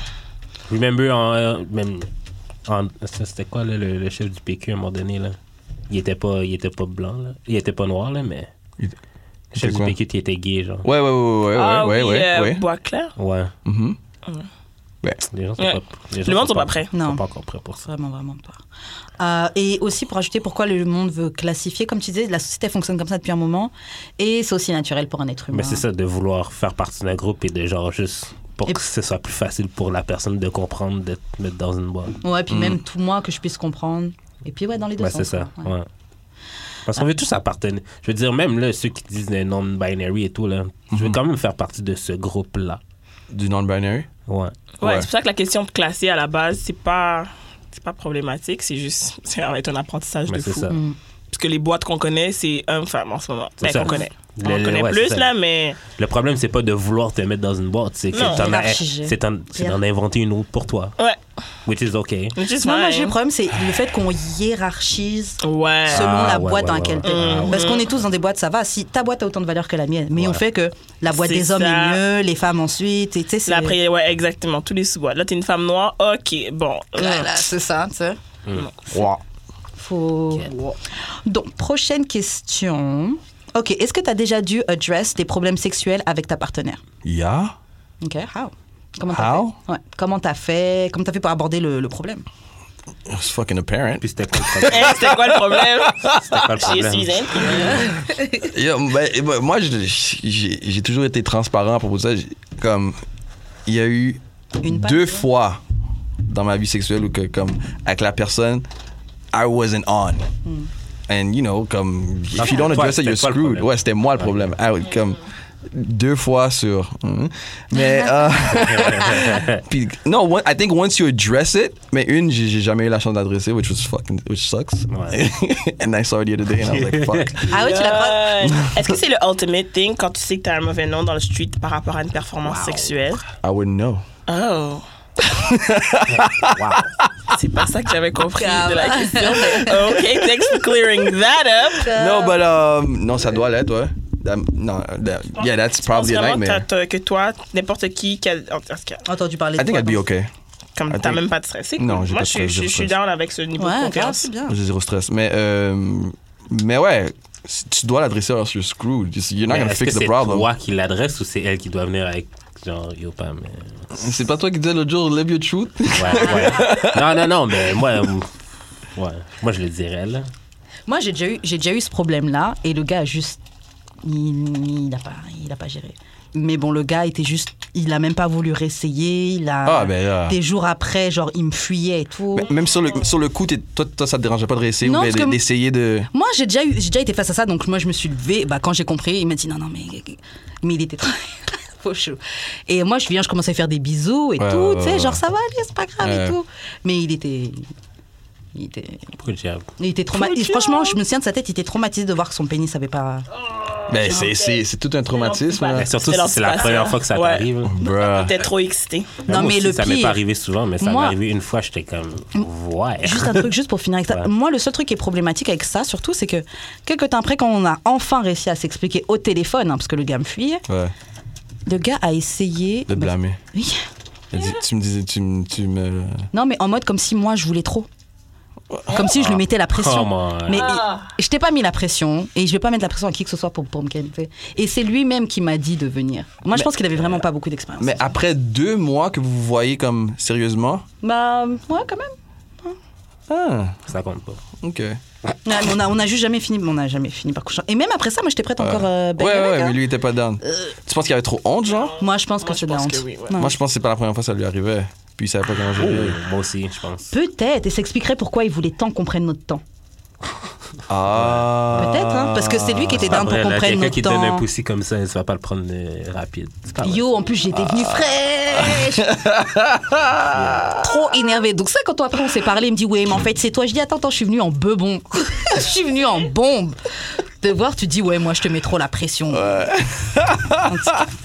Remember, en, euh, même, en- ça, c'était quoi là, le, le chef du PQ à un moment donné? Là? Il, était pas, il était pas blanc, là. il était pas noir, là, mais Il- le chef c'était du quoi? PQ qui était gay, genre. Ouais, Mm-hmm. ouais, ouais, ouais, ouais, ah ouais, oui, ouais, euh, ouais. Bois Clair. Ouais. Mhm. Ouais. Les gens sont Ouais. pas, les gens Le monde sont sont pas prêts. sont Non. pas encore prêts pour ça. Vraiment, vraiment pas. Euh, et aussi pour ajouter pourquoi le monde veut classifier, comme tu disais, la société fonctionne comme ça depuis un moment et c'est aussi naturel pour un être humain. Mais Bah, c'est ça, de vouloir faire partie d'un groupe et de genre juste pour Et- que ce soit plus facile pour la personne de comprendre, de te mettre dans une boîte. Ouais, puis même tout moi que je puisse comprendre. Et puis ouais, dans les deux Ben, sens. c'est ça, quoi. Mm. ouais. Parce qu'on veut tous appartenir. Je veux dire, même là, ceux qui disent des non-binary et tout, là, je Mhm. veux quand même faire partie de ce groupe-là. Du non-binary. Ouais. Ouais, Ouais. c'est pour ça que la question de classer à la base, c'est pas c'est pas problématique, c'est juste c'est ça va être un apprentissage Mais de c'est fou. ça. Mm. Parce que les boîtes qu'on connaît, c'est homme femme en ce moment. C'est Ben, ça. qu'on connaît. Le- On en le- connaît ouais, plus c'est ça. là, mais Le problème, c'est pas de vouloir te mettre dans une boîte, c'est que Non. t'en as- Hiérarchiser. c'est t'en- c'est d'en inventer une autre pour toi, ouais, which is okay. which is Non, moi, fine. j'ai le problème, c'est le fait qu'on hiérarchise Ouais. selon Ah, la ouais, boîte ouais, dans ouais, laquelle ouais. t'es. Ah, ouais. Parce qu'on est tous dans des boîtes, ça va. Si ta boîte a autant de valeur que la mienne, mais on Ouais. fait que la boîte C'est des hommes ça. est mieux, les femmes ensuite. Et tu sais, c'est. Là, après, ouais, exactement, tous les sous-boîtes. Là, t'es une femme noire, ok, bon. Voilà, c'est ça, tu sais. Wow. Faut... Donc, prochaine question. Ok, est-ce que tu as déjà dû address des problèmes sexuels avec ta partenaire Yeah. Ok, how Comment t'as How? fait Ouais, Comment t'as fait Comment t'as fait pour aborder le, le problème It's fucking apparent. Puis c'était quoi le problème? Eh, C'était quoi le problème? C'était quoi le Chez problème? Suzanne. Yeah, ben, eh ben, moi, je- j'ai j'ai toujours été transparent à propos de ça. J'ai- Comme, il y a eu Une patte, deux ouais. fois dans ma vie sexuelle où, que, comme, avec la personne, I wasn't on. And, you know, comme, if you don't Toi, address it, c'était you're toi screwed. le problème. Ouais, c'était moi le problème. Ah oui, comme, deux fois sur. hmm. Mais, euh, puis, non, one- I think once you address it, mais une, j'ai j'ai jamais eu la chance d'adresser, which was fucking, which sucks. Ouais. and I saw it the other day and I was like, fuck. Ah ouais, tu l'as pas Euh, Est-ce que c'est le ultimate thing quand tu sais que t'as un mauvais nom dans le street par rapport à une performance sexuelle? I wouldn't know. Oh. C'est pas ça que j'avais compris de la question. mais OK, thanks for clearing that up. No, but um, non, ça doit l'être, ouais. Um, non, that- yeah, that's Je pense probably a vraiment que, nightmare. t'as- t'as- que toi, n'importe qui, qui a- en tout cas, entendu parler de I think toi, I'd be donc- okay. comme I t'as think- même pas de stress. c'est Non, cool. j'ai Moi, pas de je, stress, j'ai suis- je pas de suis stress. down avec ce niveau de Ouais, grave, confiance. c'est bien. J'ai zéro stress. Mais, euh, mais ouais, si tu dois l'adresser, or else you're screwed. Just- You're not Mais gonna Est-ce que fix the c'est problem. toi qui l'adresse ou c'est elle qui doit venir avec genre yo Pam euh, C'est pas toi qui disais l'autre jour, live your truth? ouais, ouais. non non non mais moi euh, ouais moi je le dirais là Moi, j'ai déjà eu, j'ai déjà eu ce problème-là, et le gars a juste, il n'a pas, il a pas géré. Mais bon, le gars était juste, il a même pas voulu réessayer. Il a Ah, ben là. des jours après, genre, il me fuyait et tout. Mais Même sur le, sur le coup, t'es- toi, toi, ça te dérangeait pas de réessayer Non, ou parce de- que- d'essayer de. Moi, j'ai déjà, eu- j'ai déjà été face à ça, donc moi, je me suis levée. Bah, quand j'ai compris, il m'a dit non, non, mais, mais il était trop. Faux chaud. Et moi, je viens, je commence à faire des bisous et Ouais, tout, ouais, tu sais, ouais, genre, ouais. ça va aller, c'est pas grave Ouais. et tout. Mais il était. Il était, pourquoi j'ai il était traumatisé. Franchement, je me souviens de sa tête, il était traumatisé de voir que son pénis savait pas. Ben, c'est- c'est c'est tout un traumatisme. Ouais. là. Mais surtout C'est si c'est la l'anticipation. première fois que ça Ouais. t'arrive là. Bruh. T'es trop excité. Non, Moi mais aussi, le ça m'est pire- pas arrivé souvent mais ça m'est Moi- arrivé une fois j'étais comme ouais Juste un truc, juste pour finir avec ça. Ouais. Moi, le seul truc qui est problématique avec ça, surtout, c'est que quelques temps après, quand on a enfin réussi à s'expliquer au téléphone, hein, parce que le gars me fuyait, Ouais, le gars a essayé. de te Bah, blâmer. oui. Elle dit, Tu me disais, tu me. Tu me... euh, Non, mais en mode comme si moi, je voulais trop. Comme si je Ah. lui mettais la pression. Come on. mais Ah. et- je t'ai pas mis la pression et je vais pas mettre la pression à qui que ce soit pour, pour me calmer. Et c'est lui-même qui m'a dit de venir. Moi, je pense qu'il avait vraiment pas beaucoup d'expérience. euh, Mais après deux mois que vous vous voyez comme sérieusement. Bah, ouais, quand même. Ah, ça compte pas ok. Ouais, mais on, a, on a juste jamais fini, on a jamais fini par coucher. Et même après ça, moi, j'étais prête encore. euh, ouais, bang ouais, avec, ouais, hein. Euh. mais lui, il était pas down. Tu penses qu'il avait trop honte, genre? Moi, je pense que Moi, c'est je de la pense honte. que oui, ouais. Ouais. Moi, je pense que c'est pas la première fois que ça lui arrivait. Puis il savait pas comment gérer. moi aussi je pense Peut-être, et ça expliquerait pourquoi il voulait tant qu'on prenne notre temps. Oh. Ah. Peut-être, hein, parce que c'est lui qui était Pas down pour vrai, qu'on là, prenne quelqu'un notre qui te donne un temps. poussy comme ça tu vas pas le prendre euh, rapide C'est Ah pas vrai. Yo, en plus, j'étais venue fraîche. Trop énervée. Donc, ça, quand après on s'est parlé, il me dit Ouais, mais en fait, c'est toi. Je dis Attends, attends, je suis venue en bebon. je suis venue en bombe. De voir, tu dis Ouais, moi, je te mets trop la pression. en tout cas-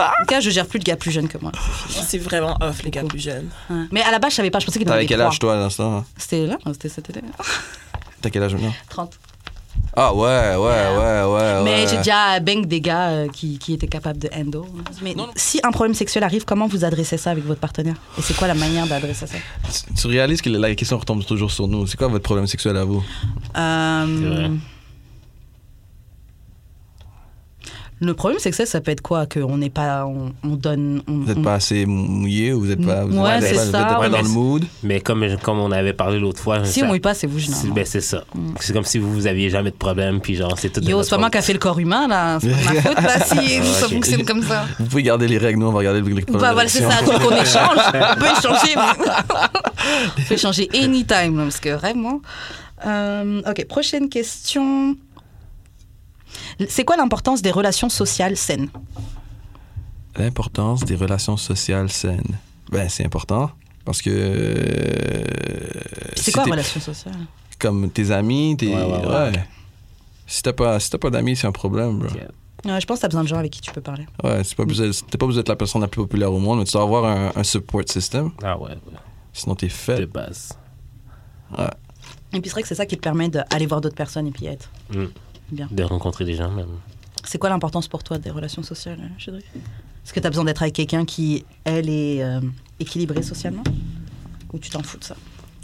en tout cas, je gère plus de gars plus jeunes que moi. C'est vraiment off, les gars plus jeunes. Ouais. Mais à la base, je savais pas. Je pensais qu'il en T'avais avait quel trois. âge, toi, à l'instant? hein? C'était là C'était cet été T'as quel âge maintenant? 30. Ah, ouais, ouais, ouais, ouais. Mais Ah ouais. j'ai déjà bang des gars euh, qui, qui étaient capables de handle. Mais si un problème sexuel arrive, comment vous adressez ça avec votre partenaire Et c'est quoi la manière d'adresser ça Tu- Tu réalises que la question retombe toujours sur nous. C'est quoi votre problème sexuel à vous? Euh, C'est vrai. Le problème, c'est que ça, ça peut être quoi Qu'on n'est pas. On, on donne. on- Vous n'êtes on- pas assez mouillé ou vous n'êtes pas, vous Mm. Ouais, êtes c'est pas, vous êtes ça, pas ouais, dans mais le c'est- mood. Mais comme, comme on avait parlé l'autre fois, Si ça- on mouille pas, c'est vous, c'est- généralement. ben, c'est ça. C'est comme si vous, vous aviez jamais de problème, puis genre, c'est tout. de Yo, notre oh, c'est pas moi faute. qui a fait le corps humain, là. C'est pas de ma faute, là, si ça ok. fonctionne comme ça. Vous pouvez garder les règles, nous on va regarder le problème. Bah voilà, c'est ça, un truc qu'on échange. On peut échanger. On peut échanger anytime, là, parce que vraiment. Euh, ok, prochaine question. C'est quoi l'importance des relations sociales saines L'importance des relations sociales saines. Ben, c'est important parce que. euh, C'est si quoi t'es- relation sociale Comme tes amis, tes. Ouais, Ouais. ouais, ouais. Si t'as pas, si t'as pas d'amis, c'est un problème, bro. Yeah. Je pense que tu as besoin de gens avec qui tu peux parler. Ouais, c'est pas obligé- t'es pas obligé d'être la personne la plus populaire au monde, mais tu dois avoir un, un support system, Ah ouais, ouais, sinon t'es de fait. base. Et puis c'est vrai que c'est ça qui te permet d'aller voir d'autres personnes et puis être. De rencontrer des gens, même. C'est quoi l'importance pour toi des relations sociales, euh, Chédric Est-ce que tu as besoin d'être avec quelqu'un qui, elle, est euh, équilibrée socialement Ou tu t'en fous de ça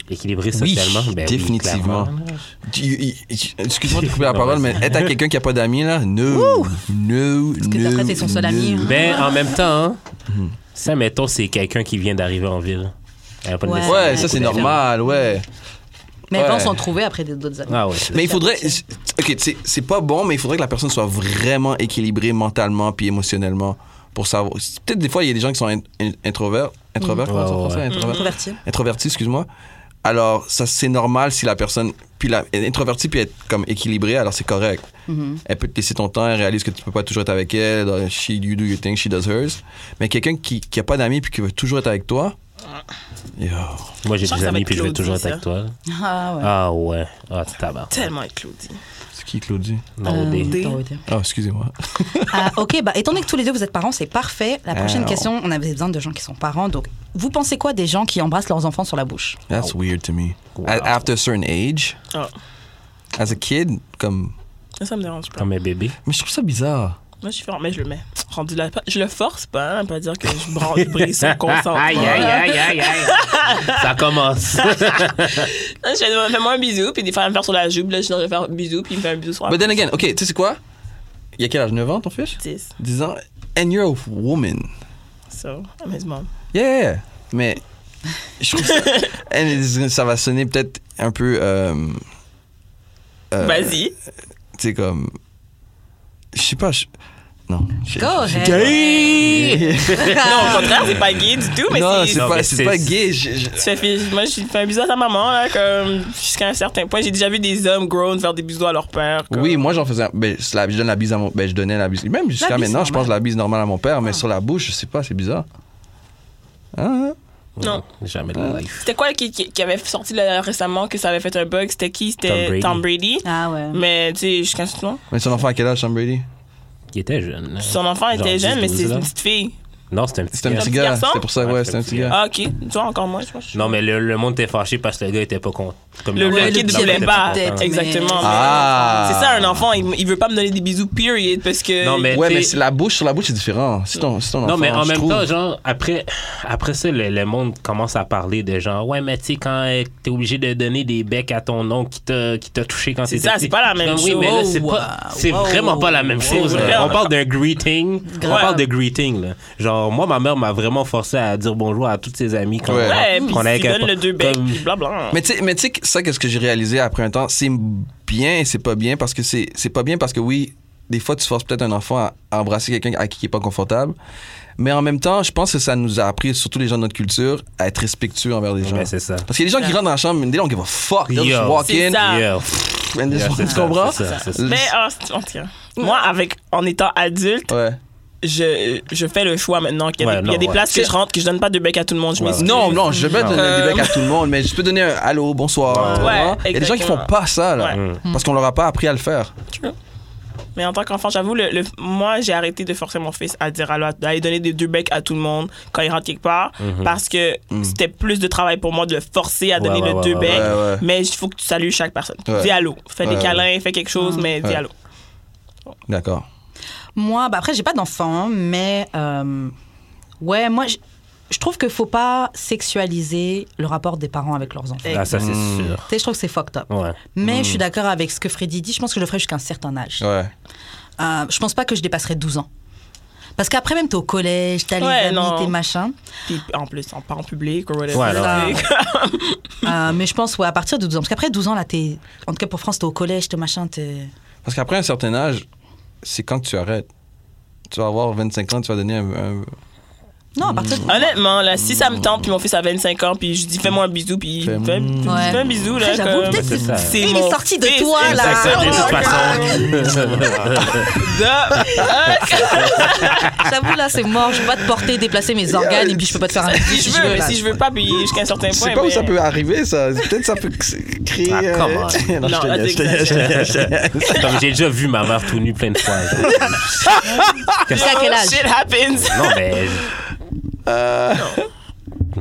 Équilibré Oui, socialement, ben oui, définitivement. clairement. Tu- y- y- Excuse-moi de couper la parole, mais être avec quelqu'un qui a pas d'amis, là, no, no, Parce que après, no, c'est son seul ami. hein. no. Ben, en même temps, ça, mettons, c'est quelqu'un qui vient d'arriver en ville. Elle a pas de Ouais. nécessaire- Ouais, ça c'est Ouais. normal, ouais. Mais elles Ouais. vont s'en trouver après des- d'autres amis. Ah ouais, c'est- Mais il faudrait. Ok, c'est- c'est pas bon, mais il faudrait que la personne soit vraiment équilibrée mentalement puis émotionnellement pour savoir. Peut-être des fois, il y a des gens qui sont in- in- introverts. Introverts, Mhm. comment ça Ouais, en français, ouais. Mmh. introverts? Introverti. Introvertis, excuse-moi. Alors, ça, c'est normal si la personne. Puis la, elle est introvertie puis elle est comme équilibrée, alors c'est correct. Mmh. Elle peut te laisser ton temps, elle réalise que tu peux pas toujours être avec elle. euh, She, you do your thing, she does hers. Mais quelqu'un qui, qui a pas d'amis puis qui veut toujours être avec toi. Ah. Yo. moi, j'ai Je pense des que ça va amis, être puis je vais Claudie, toujours être avec ça. toi. Ah ouais. Ah ouais. Ah, tabac. Tellement avec Claudie. C'est qui, Claudie? Non, Euh, des- D. attends, OD. Ah, excusez-moi. Ah, ok, bah, étant donné que tous les deux vous êtes parents, c'est parfait. La prochaine Ah. question, on avait besoin de gens qui sont parents. Donc, vous pensez quoi des gens qui embrassent leurs enfants sur la bouche That's weird to me. Wow. A- After a certain age, Ah, as a kid, comme. ça, ça me dérange pas. Comme un bébé. Mais je trouve ça bizarre. Moi, je suis forte, mais je le mets. Rendu là, je le force pas, hein, pas dire que je branle, je brise son consentement. Ah, Aïe, aïe, aïe, aïe, aïe. ça commence. Là, Hein, Je fais fais-moi un bisou, puis des fois, elle me fait sur la joue, puis là, je vais faire un bisou, puis il me fait un bisou sur la But then again, ok, tu sais c'est quoi? Il y a quel âge? 9 ans, ton fils? bouche. 10 ans. And you're a woman. So, I'm his mom. Yeah! Mais. Je trouve ça. and ça va sonner peut-être un peu. euh, euh, Vas-y. Tu sais, comme. Je sais pas. je- Non. je- Go ahead. Non, au contraire, c'est pas gay du tout, mais euh, Non, c'est c'est. Non, pas, mais c'est c'est- pas gay. je- je- Tu fais- fais- moi, je fais un bisou à ta maman, là, comme jusqu'à un certain point. J'ai déjà vu des hommes grown faire des bisous à leur père. comme- Oui, moi j'en faisais. un- Ben, c'est la- je donne la bise à mon. Ben, je donnais la bise. Même jusqu'à bise maintenant, je normale. pense la bise normale à mon père, mais sur la bouche, je sais pas, c'est bizarre. Hein? Non. Jamais de la life. C'était quoi qui, qui, qui avait sorti là, récemment que ça avait fait un bug? C'était qui? Tom C'était Brady. Tom Brady. Ah ouais. Mais tu sais, jusqu'à ce moment, Mais son enfant à quel âge, Tom Brady? Il était jeune. là. son enfant Genre était 10, jeune, mais 12, c'est là. une petite fille. Non, c'était un petit C'était un gars. petit petit gars. garçon? C'était pour ça, Ouais, ouais, c'est c'était un petit gars. Ah, ok. Tu vois, encore moi, je pense. Non, mais le, le monde était fâché parce que le gars était pas content. Comme Le, l'enfant le était- kid l'enfant voulait était pas. content. peut-être, Exactement. mais- Ah. C'est ça, un enfant, il, il veut pas me donner des bisous, period, parce que. Non, mais- Ouais, t'sais- mais c'est- la bouche, sur la bouche, c'est différent. C'est ton, c'est ton enfant. Ah, Non, mais en je même trouve. temps, genre, après, après ça, le, le monde commence à parler de genre, ouais, mais tu sais, quand euh, t'es obligé de donner des becs à ton oncle qui t'a, qui t'a touché quand C'est t'étais ça, petit. c'est pas la même Comme, Oui, chose. mais là, c'est, Oh, pas, wow, c'est wow. vraiment pas la même chose. ouais. là. On parle d'un greeting. On Grave. parle de greeting, là. Genre, moi, ma mère m'a vraiment forcé à dire bonjour à toutes ses amies quand Ouais. Ouais, puis euh, qu'on s'il qu'un- donne le deux becs, comme- puis Ah. blabla. Mais tu sais, mais tu sais que ça, qu'est-ce que j'ai réalisé après un temps, c'est bien et c'est pas bien parce que c'est, c'est pas bien parce que oui, des fois, tu forces peut-être un enfant à, à embrasser quelqu'un à qui il est pas confortable. Mais en même temps, je pense que ça nous a appris, surtout les gens de notre culture, à être respectueux envers les gens. Ouais, c'est ça. Parce qu'il y a des gens qui rentrent dans la chambre, mais des gens qui vont fuck, they'll Yo. just walk C'est in, ça. Ah. Yeah. and Yeah, just- c'est tu ça, comprends? c'est ça, c'est ça. Le- Mais ah, en, en tout cas, moi, avec, en étant adulte, Ouais. Ah. je, je fais le choix maintenant qu'il y a, Ouais, des, il y a non, des ouais. places que je rentre que je donne pas de bec à tout le monde. Je Ouais. m'excuse. Non, non, je vais pas donner Euh, des becs à tout le monde, mais je peux donner un allô, bonsoir. Ouais, voilà. Il y a des gens qui font exactement. pas ça, là, Ouais. Mm. parce qu'on leur a pas appris à le faire. Mais en tant qu'enfant, j'avoue, le, le- moi, j'ai arrêté de forcer mon fils à dire allô, à- d'aller donner des deux becs à tout le monde quand il rentre quelque part, parce que c'était plus de travail pour moi de le forcer à Ouais, donner ouais, le ouais, deux ouais, ouais, becs. ouais. Mais il faut que tu salues chaque personne. Ouais. Dis allô. Fais Ouais, des câlins, fais quelque Mhm. chose, mais dis Ouais. allô. D'accord. Moi, bah après, j'ai pas d'enfant, mais euh, ouais, moi, je- je trouve qu'il faut pas sexualiser le rapport des parents avec leurs enfants. Et- Ah, ça, c'est Mm. sûr. Tu sais, je trouve que c'est fucked up. Ouais. Mais je suis d'accord avec ce que Freddy dit. Je pense que je le ferai jusqu'à un certain âge. Ouais. euh, je pense pas que je dépasserai 12 ans. Parce qu'après, même, t'es au collège, t'as Ouais, les amis, non. t'es machin. Puis en plus, en, pas en public ou whatever. Ouais, alors- Like, Euh, mais je pense, ouais, à partir de 12 ans. Parce qu'après 12 ans, là, t'es. En tout cas, pour France, t'es au collège, t'es machin, t'es. Parce qu'après un certain âge, c'est quand que tu arrêtes. Tu vas avoir 25 ans, tu vas donner un. un- Non, à partir de. Honnêtement, là, si ça me tente, puis mon fils a 25 ans, puis je dis fais-moi un bisou, puis fais, Fais- fais Ouais. un bisou, là. Après, j'avoue, comme- peut-être c'est ça. c'est- il est sorti de toi, là. Exactement, Oh my de toute façon. Ah, J'avoue, là, c'est mort. Je peux pas te porter, déplacer mes organes, et puis je peux pas te faire un petit Si je veux, mais si je veux pas, puis jusqu'à un certain point. Je sais pas où ben- ça peut arriver, ça. Peut-être ça peut créer. Ah, euh, come on. non, je te Non, niaise, je te niaise, je te niaise. Comme j'ai déjà vu ma mère tout nue plein de fois. genre. Jusqu'à quel âge Shit happens. Non, mais. Euh.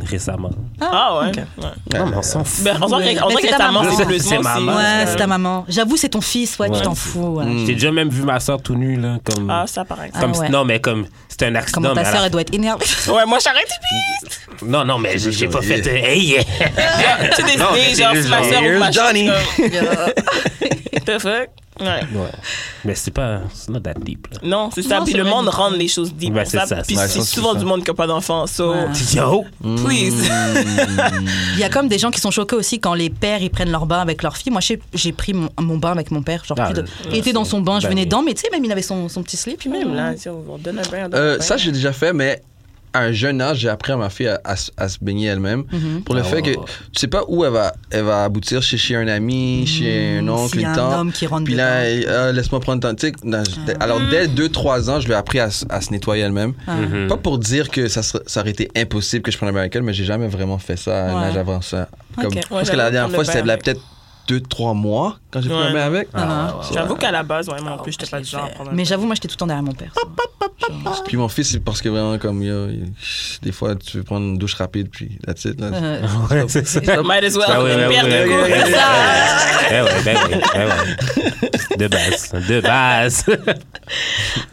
Récemment. Ah ouais. ouais. Non, mais on s'en fout. Ben, on dirait Ouais. que- on Mais dirait c'est que ta ta maman. maman, c'est plus. C'est moi ma aussi. maman. Ouais, c'est ta maman. J'avoue, c'est ton fils, ouais, euh, Ouais. Mm. tu t'en fous. ouais. J'ai déjà même vu ma soeur tout nue, là. Comme, Ah, ça, par exemple. Ah, comme, ouais. Non, mais comme. C'était un accident. Comment ta mais à sœur, la- elle doit être énervée. Ouais, moi, j'arrête, puis. Non, non, mais j'ai j'ai pas fait. euh, hey, yeah. Tu sais, Non, mais décidé, genre, c'est si ma juste soeur genre, ou ma here's Johnny. comme, Euh, The fuck? Ouais. Ouais. Mais c'est pas. C'est not that deep, là. Non, c'est ça. Non, Puis c'est le vrai. monde rend les choses deep. Ben, pour c'est ça. ça, Puis c'est c'est ça. souvent du monde qui n'a pas d'enfant. So, Ouais. Yo! please. Il y a comme des gens qui sont choqués aussi quand les pères ils prennent leur bain avec leur fille. Moi, je sais- j'ai pris mon, mon bain avec mon père. Genre, Ah, plus de- ouais, il était dans son bain, je ben venais oui. dedans, mais tu sais, même il avait son, son petit slip. Puis même là, si on on donne un bain, on donne un Euh, bain. ça, j'ai déjà fait, mais à un jeune âge, j'ai appris à ma fille à, à se- à se baigner elle-même. Mhm. Pour le Ah fait ouais, que ouais. tu sais pas où elle va, elle va aboutir, chez, chez un ami, chez un oncle, Hmm, S'il y a une un tante. homme qui rentre Puis là, dedans. Ah. elle- euh, laisse-moi prendre ton. Tu sais, non, je- alors dès 2-3 ans, je lui ai appris à, s- à se nettoyer elle-même. Ah. Mhm. Pas pour dire que ça, serait- ça aurait été impossible que je prenne un bain avec elle, mais j'ai jamais vraiment fait ça à un Ouais. âge avancé. Comme, Ouais, je pense que la j'avoue, dernière prendre fois, le bain c'était là avec. peut-être 2-3 mois quand j'ai pris Ouais. un bain avec. Ah, ouais, ouais, ouais. J'avoue qu'à la base, ouais, moi, en plus, j'étais pas du genre à prendre un Mais bain. j'avoue, moi, j'étais tout le temps derrière mon père. ça. Puis mon fils, c'est parce que vraiment, comme, yo, il- des fois, tu veux prendre une douche rapide, puis that's it, là. Euh, Ouais, c'est ça. Might as Ah ouais, well. ouais, Une paire ouais, de ouais, couilles. ouais, ouais, ouais. Eh ouais, ben ouais, eh ouais. De base, de base.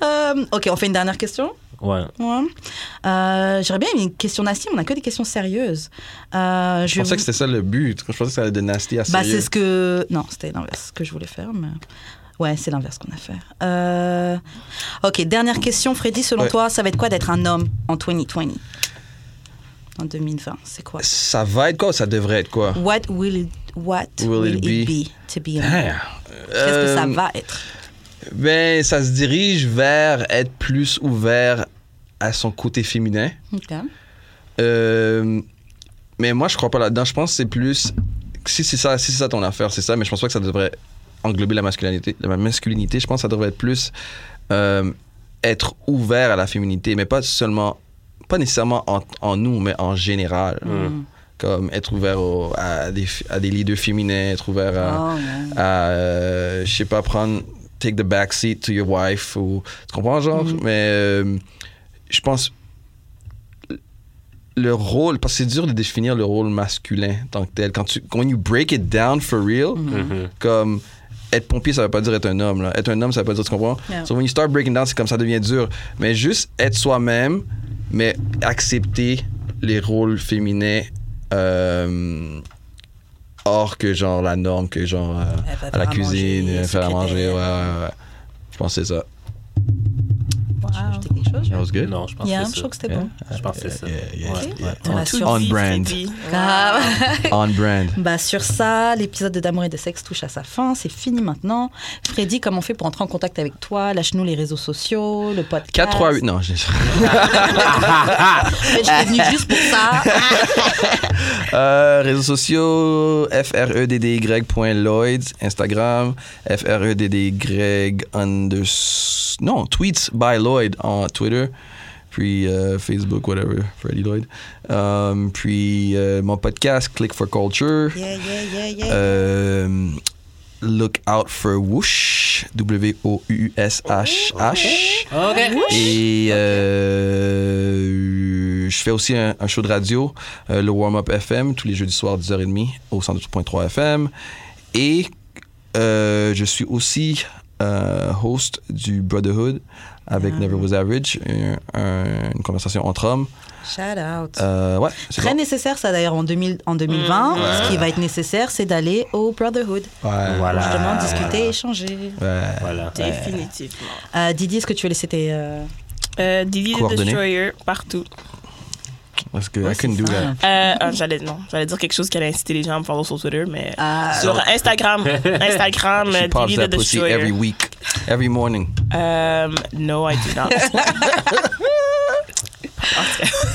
euh, ok, on fait une dernière question. Ouais. Ouais. Euh, J'aurais bien une question nasty, mais on a que des questions sérieuses. Euh, Je vais pensais vous- que c'était ça le but. Je pensais que ça allait de nasty à Bah, sérieux. c'est ce que. Non, c'était l'inverse que je voulais faire, mais. Ouais, c'est l'inverse qu'on a fait. Euh, Ok, dernière question, Freddy. Selon Ouais. toi, ça va être quoi d'être un homme en 2020 En 2020, c'est quoi Ça va être quoi ou ça devrait être quoi? What will it, what will it, be? to be a man Damn. Qu'est-ce que ça Hein? Euh, va être Ben, ça se dirige vers être plus ouvert à son côté féminin. Ok. ah. Euh, mais moi, je crois pas là-dedans. Je pense que c'est plus. Si c'est ça, si c'est ça ton affaire, c'est ça. Mais je pense pas que ça devrait englober la masculinité. La masculinité, je pense que ça devrait être plus euh, être ouvert à la féminité, mais pas seulement, pas nécessairement en, en nous, mais en général. Comme être ouvert au- à, des, à des leaders féminins, être ouvert à Oh, ouais. à, euh, je sais pas, prendre take the back seat to your wife ou tu comprends genre mais euh, je pense le rôle parce que c'est dur de définir le rôle masculin tant que tel quand tu when you break it down for real comme être pompier ça veut pas dire être un homme là. être un homme ça veut pas dire tu comprends Yeah. so when you start breaking down c'est comme ça devient dur mais juste être soi-même mais accepter les rôles féminins euh, hors que genre la norme que genre euh, Elle va à la faire à cuisine manger, euh, faire à manger ouais, secrétaire. ouais, ouais. je pense que c'est ça Wow. J'ai ajouté quelque chose, je- that was good Non, je pense Yeah, que je c'est trouve ça. que c'était Yeah. bon. Je pense que c'est ça. Yeah, yeah. Ouais, ouais. Ça va Tout sur- on dit, brand. c'est dit. Ah, ouais. on brand Bah sur ça, l'épisode de D'amour et de sexe touche à sa fin, c'est fini maintenant. Freddy, comment on fait pour entrer en contact avec toi Lâche-nous les réseaux sociaux, le podcast. 4 3 8 non j'ai Mais je suis venue juste pour ça. Ah, Euh, réseaux sociaux, E F-R-E-D-D-Y.Lloyds, Instagram, E F-R-E-D-D-Y under... Non, tweets by Lloyd en Twitter, puis euh, Facebook, whatever, Freddy Lloyd. Euh, puis euh, mon podcast, Click for Culture. Yeah, yeah, yeah, yeah. Euh, look out for Whoosh, W-O-U-S-H-H. Et euh, je fais aussi un, un show de radio, euh, le Warm Up FM, tous les jeudis soirs, 10h30, au 102.3 FM. Et euh, je suis aussi euh, host du Brotherhood avec Ah. Never Was Average, un- un- une conversation entre hommes. Shout out. Euh, ouais, c'est Très bon. nécessaire, ça d'ailleurs, en, 2000 en 2020. Ouais. Ce qui va être nécessaire, c'est d'aller au Brotherhood. Ouais. Voilà. Pour justement, discuter, voilà. échanger. Ouais. Voilà. Définitivement. Euh, Didi, est-ce que tu veux laisser tes. euh, Euh, Didi the Coordonnées. Destroyer, partout. Parce que ouais, I couldn't c'est do ça. that. Euh, euh, j'allais, non, j'allais dire quelque chose qui allait inciter les gens à me follow sur Twitter, mais. Euh, Ah, sur Instagram. Instagram, She euh, pops Didi the that pussy every Destroyer. week, every morning. Um, no, I do not.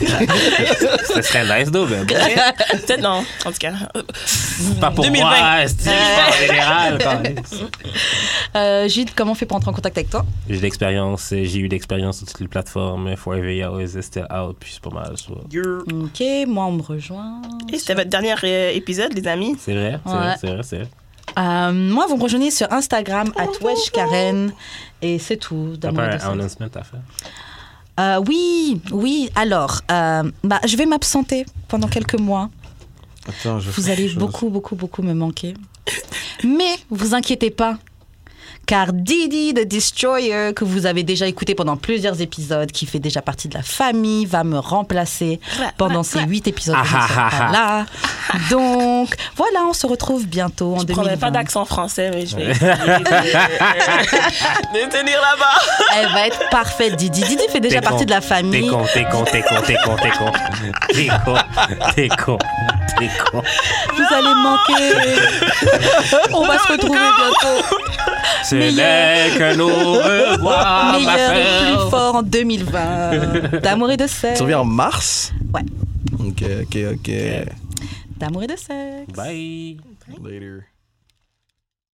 Ce serait nice, though, mais bon, Peut-être non, en tout cas. pas pour 2020. moi, ah, esti, en général. quand même. euh, Gide, comment on fait pour entrer en contact avec toi J'ai de l'expérience, euh, j'ai eu de l'expérience sur toutes les plateformes. Forever Yellow is still out, puis c'est pas mal. ça. Ok, moi, on me rejoint. Et C'était votre dernier euh, épisode, les amis. C'est vrai, c'est Ouais. vrai, c'est vrai, c'est vrai. Euh, moi, vous me rejoignez sur Instagram, à Karen. Et c'est tout. T'as D'amour pas et de un sexe. announcement à faire? Euh, oui, oui. Alors, euh, bah, je vais m'absenter pendant quelques mois. Attends, je Vous allez beaucoup, beaucoup, beaucoup me manquer. Mais vous inquiétez pas, car Didi the Destroyer, que vous avez déjà écouté pendant plusieurs épisodes, qui fait déjà partie de la famille, va me remplacer pendant ces huit épisodes. que je ne serai pas là. Donc, voilà, on se retrouve bientôt en Je prendrai 2020. pas d'accent français, mais je vais essayer de, euh, de- de tenir là-bas. Elle va être parfaite, Didi. Didi fait déjà T'es con. partie de la T'es famille. con, t'es con, t'es con, t'es con, t'es con. T'es con, t'es con, t'es con. Vous allez me manquer. on va se retrouver bientôt. Ce Meilleur. n'est qu'un au revoir, Ah, ma Meilleur et femme. plus fort en 2020. D'amour et de sexe. Tu reviens en mars? Ouais. Ok, ok, ok. D'amour et de sexe. Bye. Later.